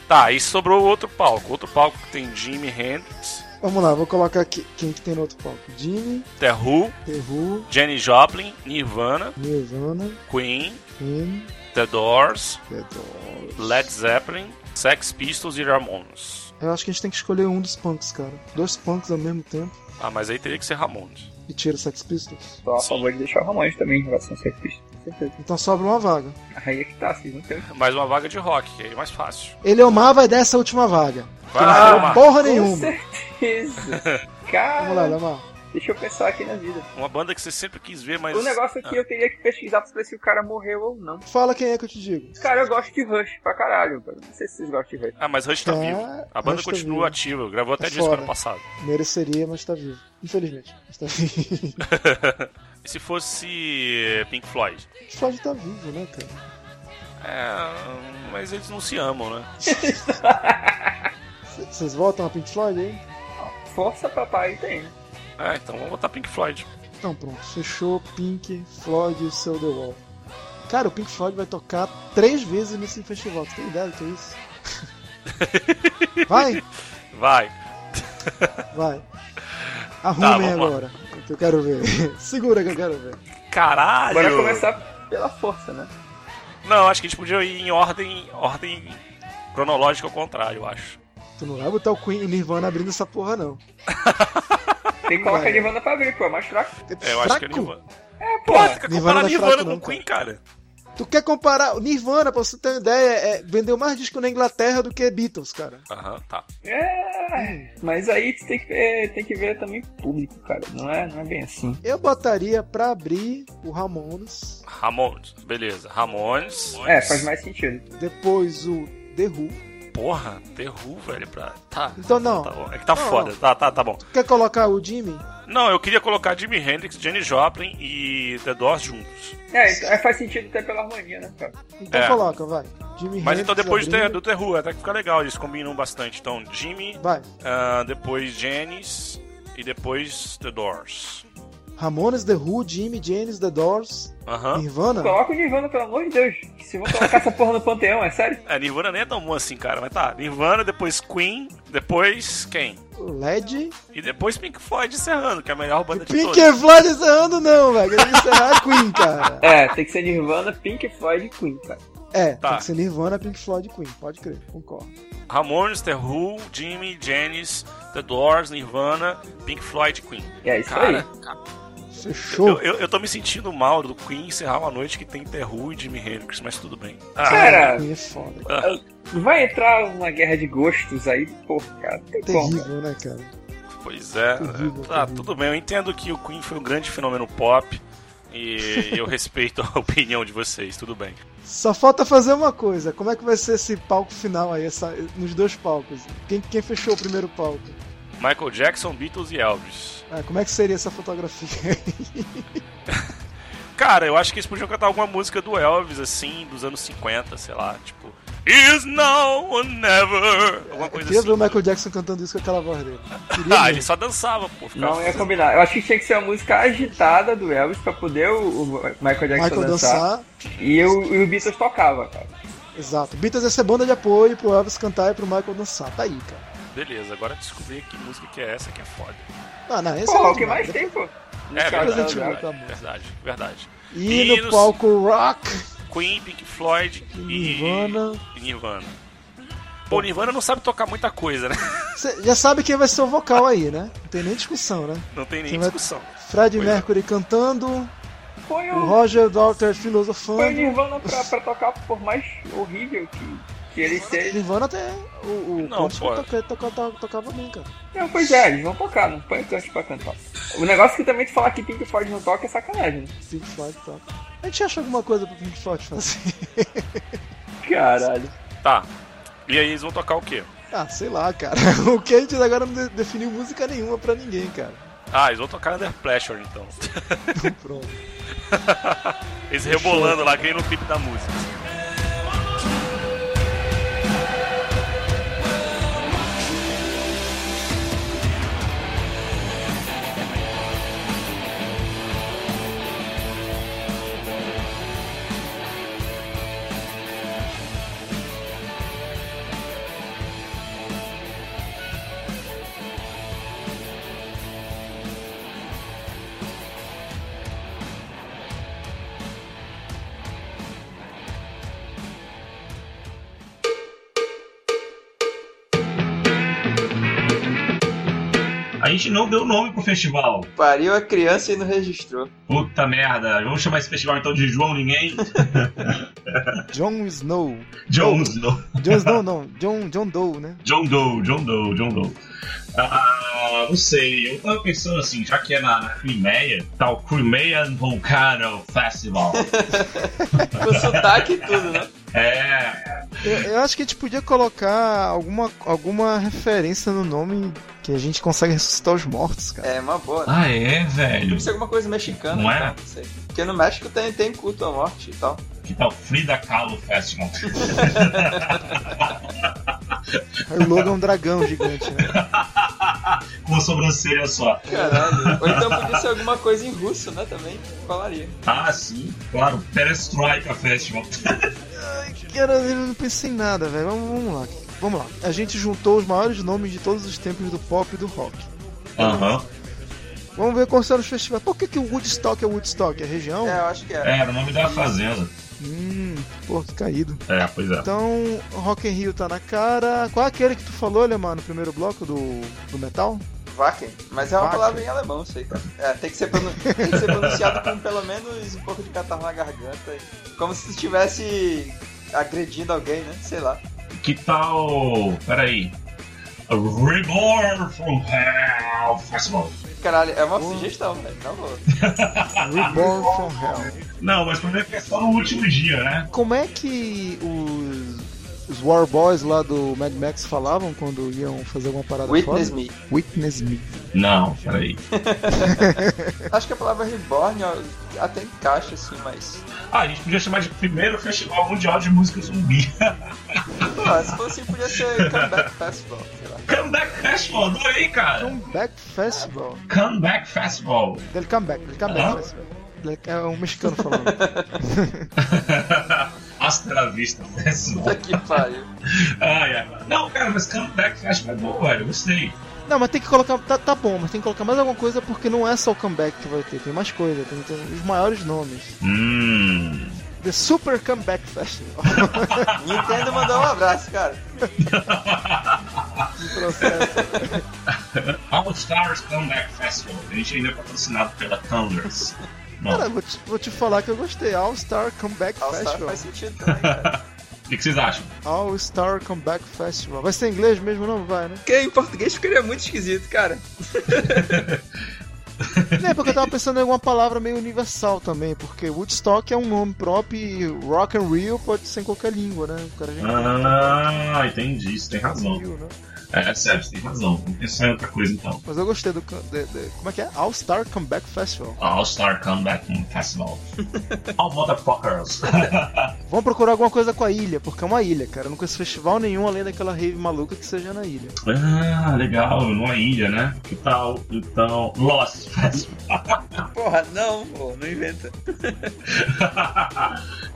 Tá, e sobrou outro palco. Outro palco que tem Jimi Hendrix,
Vamos lá, vou colocar aqui quem que tem no outro palco. Jimmy,
The Who,
The Who,
Jenny Joplin, Nirvana,
Nirvana,
Queen,
Queen,
The Doors,
The Doors.
Led Zeppelin, Sex Pistols e Ramones.
Eu acho que a gente tem que escolher um dos punks, cara. Dois punks ao mesmo tempo
Ah, mas aí teria que ser Ramones.
e tira o Sex Pistols.
Tô a favor de deixar o Ramones também em relação ao surfista. Com certeza.
Então sobra uma vaga.
Aí é que tá, vocês não tem.
Mais uma vaga de rock, que aí é mais fácil.
Eleomar vai dessa última vaga.
Vai lá,
Não
Omar.
porra
Com
nenhuma.
certeza.
Vamos lá,
Cara,
Eleomar.
deixa eu pensar aqui na vida.
Uma banda que você sempre quis ver, mas. ah.
O negócio aqui eu teria que pesquisar pra saber se o cara morreu ou não.
Fala quem é que eu te digo.
Cara, eu gosto de Rush pra caralho. cara. Não sei se vocês gostam de Rush.
Ah, mas Rush tá
É,
vivo. A banda
Rush tá
continua
vivo.
ativa. Gravou até
Tá
disco ano
fora.
passado.
Mereceria, mas tá vivo. Infelizmente. Mas tá vivo.
E se fosse Pink Floyd?
O Floyd tá vivo, né, cara?
É, mas eles não se amam, né?
C- Vocês voltam a Pink Floyd aí?
Força papai tem.
É, então vamos botar Pink Floyd.
Então pronto, fechou Pink Floyd e o seu The Wall. Cara, o Pink Floyd vai tocar três vezes nesse festival. Tu tem ideia do que é isso? Vai,
Vai.
vai. Arrumem
Tá, vamos lá.
agora. Que eu quero ver. Segura que eu quero ver.
Caralho!
Bora começar pela força, né?
Não, acho que a gente podia ir em ordem, ordem cronológica ao contrário, eu acho.
Tu não vai botar o Queen e o Nirvana abrindo essa porra, não.
Tem que colocar
Vai.
a Nirvana pra abrir, pô. É mais fraco.
É, eu acho que é Nirvana.
É, pô.
Pô, fica
Nirvana
comparando
não é
Nirvana
fraco
com
não,
Queen, cara.
Tu quer comparar... O Nirvana, pra você ter uma ideia, é- vendeu mais disco na Inglaterra do que Beatles, cara.
Aham, tá.
É, mas aí tu tem que ver, tem que ver também público, cara. Não é, não é bem assim.
Eu botaria pra abrir o Ramones,
Ramones, beleza. Ramones.
É, faz mais sentido.
depois o The Who.
Porra, The Who, velho, pra. Tá.
Então não.
Tá bom. É que tá
Não,
foda. Tá, tá, tá bom.
Quer colocar o Jimmy?
Não, eu queria colocar Jimi Hendrix, Jenny Joplin e The Doors juntos.
É, então, é, faz sentido até pela harmonia, né, cara?
Então
É.
coloca, vai. Jimmy
Mas
Hendrix
então depois do The, do
abrindo.
The Who, até que fica legal, eles combinam bastante. Então, Jimmy,
Vai.
ah, depois Janis e depois The Doors.
Ramones, The Who, Jimmy, Janis, The Doors,
Aham.
Nirvana.
Coloca o Nirvana, pelo amor de Deus. Se vão colocar essa porra no panteão, é sério?
É, Nirvana nem é tão bom assim, cara, mas tá. Nirvana, depois Queen, depois quem?
LED.
E depois Pink Floyd encerrando, que é a melhor banda de
Pink
todas.
Floyd encerrando não, velho. Tem que encerrar é Queen, cara.
É, tem que ser Nirvana, Pink Floyd e Queen, cara.
É,
Tá.
tem que ser Nirvana, Pink Floyd e Queen. Pode crer, concordo.
Ramones, The Who, Jimmy, Janis, The Doors, Nirvana, Pink Floyd e Queen.
É isso
Cara,
aí.
Fechou.
eu, eu, eu tô me sentindo mal do Queen encerrar uma noite que tem The Who e Jimi Hendrix, mas tudo bem. Ah,
Cara,
Queen é foda. cara.
vai entrar uma guerra de gostos aí, porra, cara. Não Tem como, cara.
Terrível, né, cara?
Pois é.
Terrível,
Tá,
terrível.
tudo bem. Eu entendo que o Queen foi um grande fenômeno pop. E eu respeito a opinião de vocês, tudo bem.
Só falta fazer uma coisa. Como é que vai ser esse palco final aí, essa- nos dois palcos? Quem, quem fechou o primeiro palco?
Michael Jackson, Beatles e Elvis.
Ah, como é que seria essa fotografia aí?
Cara, eu acho que eles podiam cantar alguma música do Elvis, assim, dos anos 50, sei lá, tipo. Is now or never! Alguma
Eu
coisa
queria
assim.
ver o Michael Jackson cantando isso com aquela voz dele. Queria
Ah, ele
mesmo.
só dançava, pô. Ficava... assim.
Não é ia combinar. Eu acho que tinha que ser uma música agitada do Elvis pra poder o, o Michael Jackson
Michael
dançar.
dançar.
E, o, e o Beatles tocava, cara.
Exato. Beatles ia ser banda de apoio pro Elvis cantar e pro Michael dançar. Tá aí, cara.
Beleza, agora descobri que música que é essa que é foda.
Ah, não, esse
Pô,
é
o que
demais.
mais tem, pô?
É
Cara,
verdade,
gente,
cara,
tá bom.
verdade, verdade, verdade.
E,
E
no
nos-
palco rock.
Queen, Pink Floyd e
Nirvana.
E Nirvana. Pô, Nirvana não sabe tocar muita coisa, né?
Você já sabe quem vai ser o vocal aí, né? Não tem nem discussão, né?
Não tem nem
Quem vai-
discussão.
Fred
Pois é.
Mercury cantando,
Põe
o
o,
Roger Daltrey
põe o
filosofando.
Nirvana pra, pra tocar, por mais horrível que, que ele seja.
Nirvana até o, o
Não,
Kurt
pô.
toca- toca- toca- tocava bem, cara.
Não, pois é, eles vão tocar, não põe o Kurt pra cantar. O negócio que também tu falar que Pink Floyd não toca é sacanagem, né?
Pink Floyd toca. A gente acha alguma coisa pro Pink Floyd fazer.
Caralho.
Tá. E aí eles vão tocar o quê?
ah, sei lá, cara. O Kate agora não de- definiu música nenhuma pra ninguém, cara.
Ah, eles vão tocar Under Pressure então.
Pronto.
Eles rebolando lá, que nem no clipe da música.
A gente não deu nome pro festival.
Pariu a criança e não registrou.
Puta merda. Vamos chamar esse festival então de João Ninguém?
John Snow.
John Snow.
John Snow não, John, John Doe, né?
John Doe, John Doe, John Doe. Ah, não sei. Eu tava pensando assim, já que é na, na Crimeia, tá o Crimean Volcano Festival.
Com sotaque e tudo, né?
É.
Eu, eu acho que a gente podia colocar alguma, alguma referência no nome que a gente consegue ressuscitar os mortos, cara.
É, uma boa.
Ah, é, velho.
ser alguma coisa mexicana,
Não é?
então, sei. Porque no México tem, tem culto à morte e tal.
Que tal Frida Kahlo Festival?
Aí o logo é um dragão gigante, né?
Com uma sobrancelha só.
Caralho. Ou então podia ser alguma coisa em russo, né? Também falaria.
Ah, sim, claro. Perestroika Festival.
Cara, eu não pensei em nada, velho. Vamos, vamos lá. Vamos lá. A gente juntou os maiores nomes de todos os tempos do pop e do rock.
Aham.
Vamos ver quais eram os festivais. Por que, que o Woodstock é Woodstock? É região?
É, eu acho que era.
Era o nome da fazenda.
Hum, pô, que caído.
É, pois é.
Então, Rock in Rio tá na cara. Qual é aquele que tu falou, Lemar, no primeiro bloco do, do metal?
Wacken. Mas é uma
Wacken.
palavra em alemão, sei, cara. É, tem que ser, pronu- tem que ser pronunciado com pelo menos um pouco de catarro na garganta. Como se estivesse agredindo alguém, né? Sei lá.
Que tal. Peraí. Reborn from Hell Festival.
Caralho, é uma sugestão, velho. Não vou.
Reborn from Hell.
Ah, Não, mas o problema é que é só no último dia, né?
Como é que os, os War Boys lá do Mad Max falavam quando iam fazer alguma parada
Witness
foda?
me.
Witness me.
Não, peraí.
Acho que a palavra reborn ó, até encaixa assim, mas.
Ah, a gente podia chamar de primeiro Festival Mundial de Música Zumbi.
Pô, se fosse assim, podia ser comeback festival, sei lá.
Comeback Festival, adorei, cara.
Comeback Festival.
Ah. Comeback Festival.
Del Comeback, Del Comeback Festival. Del- É um mexicano falando.
Hasta la vista
Puta
Festival.
que pariu.
Ah, é. Não, cara, mas Comeback Festival é bom, velho. Eu Gostei.
Não, mas tem que colocar. Tá, tá bom, mas tem que colocar mais alguma coisa porque não é só o comeback que vai ter, tem mais coisa, tem, tem os maiores nomes.
Hum.
The Super Comeback Festival.
Nintendo mandou um abraço, cara.
Que processo.
All Stars Comeback Festival. A gente ainda é patrocinado pela Thunders. Não.
Cara, eu vou te, vou te falar que eu gostei. All Star Comeback
All Star
Festival.
faz sentido também, cara.
O que, que vocês acham?
All Star Comeback Festival. Vai ser em inglês mesmo, não? Vai, né?
Porque em português ficaria muito esquisito, cara.
É, porque eu tava pensando em alguma palavra meio universal também, porque Woodstock é um nome próprio e Rock and Rio pode ser em qualquer língua, né? O cara já
Ah, entendi, você tem razão.
Brasil, né?
É, sério, você tem razão. Vou pensar em outra coisa então.
Mas eu gostei do. can- de- de- como é que é? All Star Comeback Festival.
All Star Ah, Comeback Festival. All motherfuckers.
Vamos procurar alguma coisa com a ilha, porque é uma ilha, cara. Eu não conheço festival nenhum além daquela rave maluca que seja na ilha.
ah, legal, numa ilha, né? Que tal, então, Lost Festival?
Porra, não, pô, não inventa.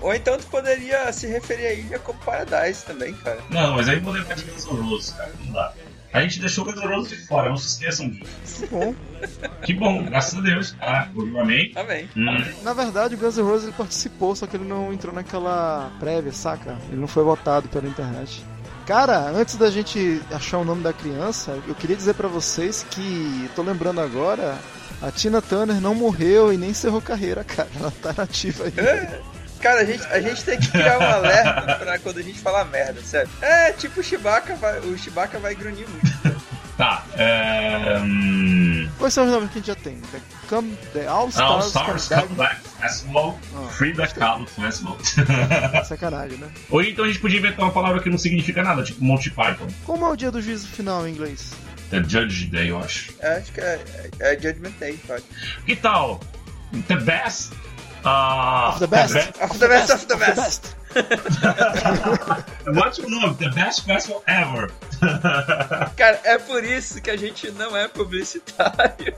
Ou então tu poderia se referir à ilha como Paradise também, cara.
Não, mas aí vou levar de Besouroso, é cara. Não dá. A gente deixou o Besouroso de fora, não se esqueçam disso.
Que bom.
Que bom, graças a Deus. Ah, eu amei.
Amém.
Hum.
Na verdade, o Guns N' Roses ele participou, só que ele não entrou naquela prévia, saca? Ele não foi votado pela internet. Cara, antes da gente achar o nome da criança, eu queria dizer pra vocês que, tô lembrando agora, a Tina Turner não morreu e nem encerrou carreira, cara. Ela tá nativa ainda.
Cara, a gente, a gente tem que criar um alerta pra quando a gente falar merda, sério. É, tipo o Chewbacca, vai, o Chewbacca vai grunhir muito.
Tá, é... hum,
Quais são os nomes que a gente já tem? The, Come- The All
All
Stars, Ah.
Stars
Comeback-
Comeback Festival, Free the Calo Festival.
Sacanagem, né?
Ou então a gente podia inventar uma palavra que não significa nada, tipo Monty Python.
Como é o dia do juízo final em inglês?
The Judge Day, eu acho.
É, acho que é, é Judgment Day, pode.
Que tal? The Best. ah,
Of the best. Of the best, of the best.
é um Ótimo nome, The Best Festival Ever.
Cara, é por isso que a gente não é publicitário.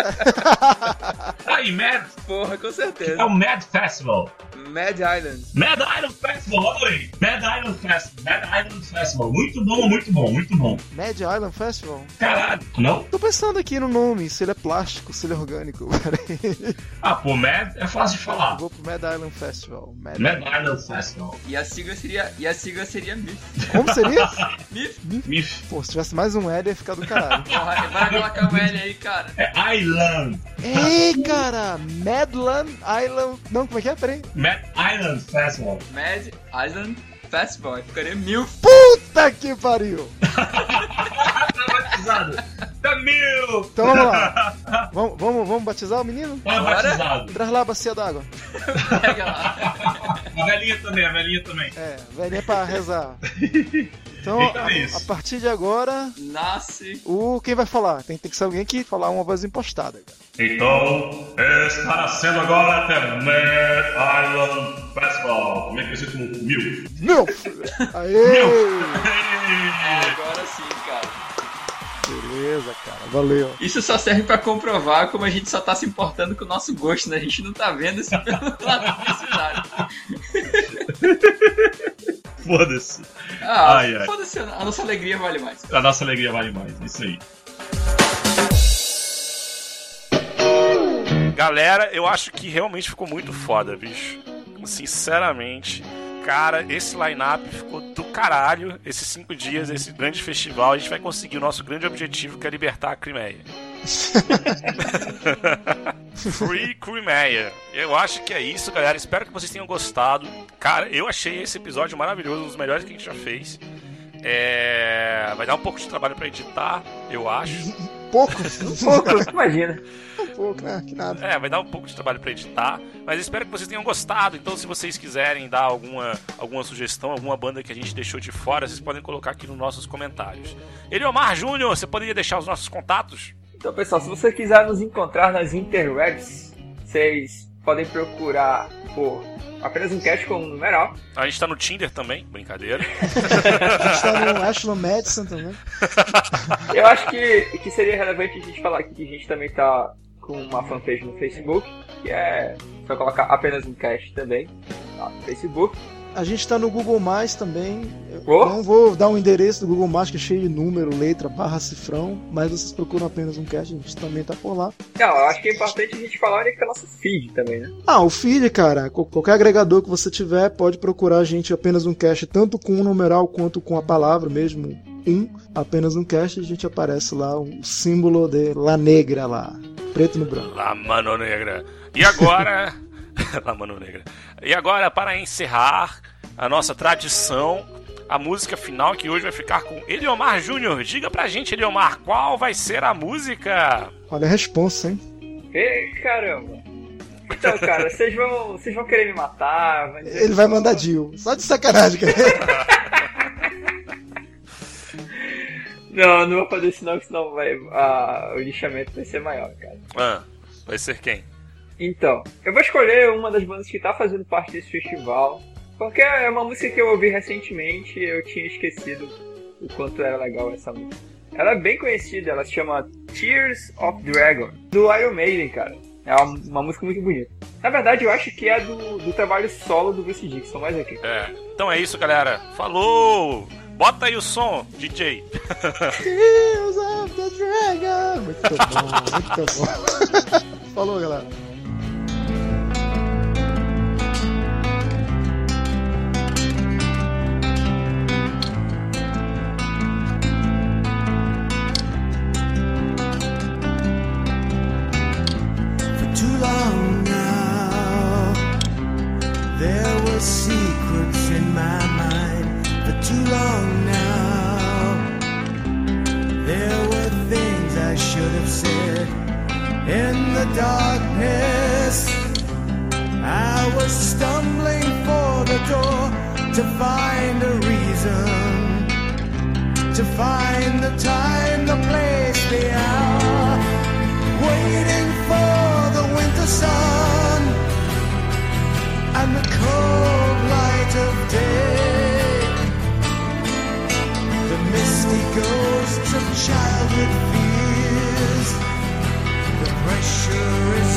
Tá Aí, Mad.
Porra, com certeza.
É o Mad Festival.
Mad Island.
Mad Island Festival, adorei. Mad Island Festival. Mad Island Festival. Muito bom, muito bom, muito bom.
Mad Island Festival?
Caralho, não?
Tô pensando aqui no nome, se ele é plástico, se ele é orgânico. Peraí.
Ah, pô, Mad é fácil de falar.
Vou pro Mad Island Festival. Mad,
Mad Island Festival.
E a sigla seria. E a sigla seria MIF.
Como seria?
MIF.
Mif.
Pô, se tivesse mais um L ia ficar do caralho.
Porra, vai colocar um L aí, cara.
É Island.
Ei, cara! Madland Island. Não, como é que é? Peraí.
Mad Island Festival.
Mad Island Fastball. Ficaria MILF.
Puta que pariu!
Tá Batizado. The Mil.
Então vamos lá. Vamos, vamos, vamos batizar o menino?
Tá batizado.
Traz lá a bacia d'água.
A velhinha também, a velhinha também.
É, velhinha pra rezar. Então,
Então
a,
é isso.
a partir de agora,
Nasce.
o quem vai falar? Tem, tem que ser alguém que falar uma voz impostada. cara.
Então, estará sendo agora até Mad Island Festival. Me conhecido como Mil.
Meu! Aê!
É,
agora sim, cara.
Beleza, cara. Valeu.
Isso só serve pra comprovar como a gente só tá se importando com o nosso gosto, né? A gente não tá vendo isso pelo lado publicitário.
Foda-se.
Ah,
Ai, ai.
foda-se, a nossa alegria vale mais.
A nossa alegria vale mais, é isso aí.
Galera, eu acho que realmente ficou muito foda, bicho. Sinceramente, cara, esse line-up ficou do caralho. Esses cinco dias, esse grande festival, a gente vai conseguir o nosso grande objetivo, que é libertar a Crimeia. Free Crimeia. Eu acho que é isso, galera. Espero que vocês tenham gostado. Cara, eu achei esse episódio maravilhoso, um dos melhores que a gente já fez. É... Vai dar um pouco de trabalho pra editar, eu acho.
Pouco?
pouco,
imagina.
pouco, né? Que nada.
É, vai dar um pouco de trabalho pra editar, mas espero que vocês tenham gostado. Então, se vocês quiserem dar alguma, alguma sugestão, alguma banda que a gente deixou de fora, vocês podem colocar aqui nos nossos comentários. Eliomar Júnior, você poderia deixar os nossos contatos?
Então, pessoal, se você quiser nos encontrar nas interwebs, vocês podem procurar por apenas um cast com um numeral.
A gente tá no Tinder também, brincadeira.
A gente tá no Ashland Madison também.
Eu acho que, que seria relevante a gente falar aqui que a gente também tá com uma fanpage no Facebook, que é só colocar apenas um cast também lá no Facebook.
A gente tá no Google Mais também. Eu
Oh.
Não vou dar o endereço do Google Mais, que é cheio de número, letra, barra, cifrão. Mas vocês procuram apenas um cast, a gente também tá por lá.
Não, eu acho que é importante a gente falar onde é que tá nosso feed também, né?
Ah, o feed, cara, co- qualquer agregador que você tiver, pode procurar a gente apenas um cast, tanto com o numeral quanto com a palavra mesmo. Um, apenas um cast, a gente aparece lá, o símbolo de La Negra lá. Preto no branco.
La Mano Negra. E agora. La Mano Negra. E agora, para encerrar a nossa tradição, a música final que hoje vai ficar com Eliomar Júnior. Diga pra gente, Eliomar, qual vai ser a música?
Olha a responsa, hein?
Ei, caramba! Então, cara, vocês vão, vocês vão querer me matar. Mas...
Ele vai mandar Jill. Só de sacanagem, cara.
Não, não vou fazer isso não, que senão vai, ah, o lixamento vai ser maior, cara.
Ah, vai ser quem?
Então, eu vou escolher uma das bandas que tá fazendo parte desse festival, porque é uma música que eu ouvi recentemente e eu tinha esquecido o quanto era legal essa música. Ela é bem conhecida, ela se chama Tears of Dragon, do Iron Maiden, cara. É uma, uma música muito bonita. Na verdade, eu acho que é do, do trabalho solo do Bruce Dixon, mas aqui.
É. Então é isso, galera. Falou! Bota aí o som, DJ.
Tears of the Dragon! Muito bom, muito bom. Falou, galera.
for too long now. There were secrets in my mind for too long now. There were things I should have said in the darkness. I was stumbling for the door to find a reason. To find the time, the place, the hour waiting for the winter sun and the cold light of day. The misty ghosts of childhood fears, the pressure is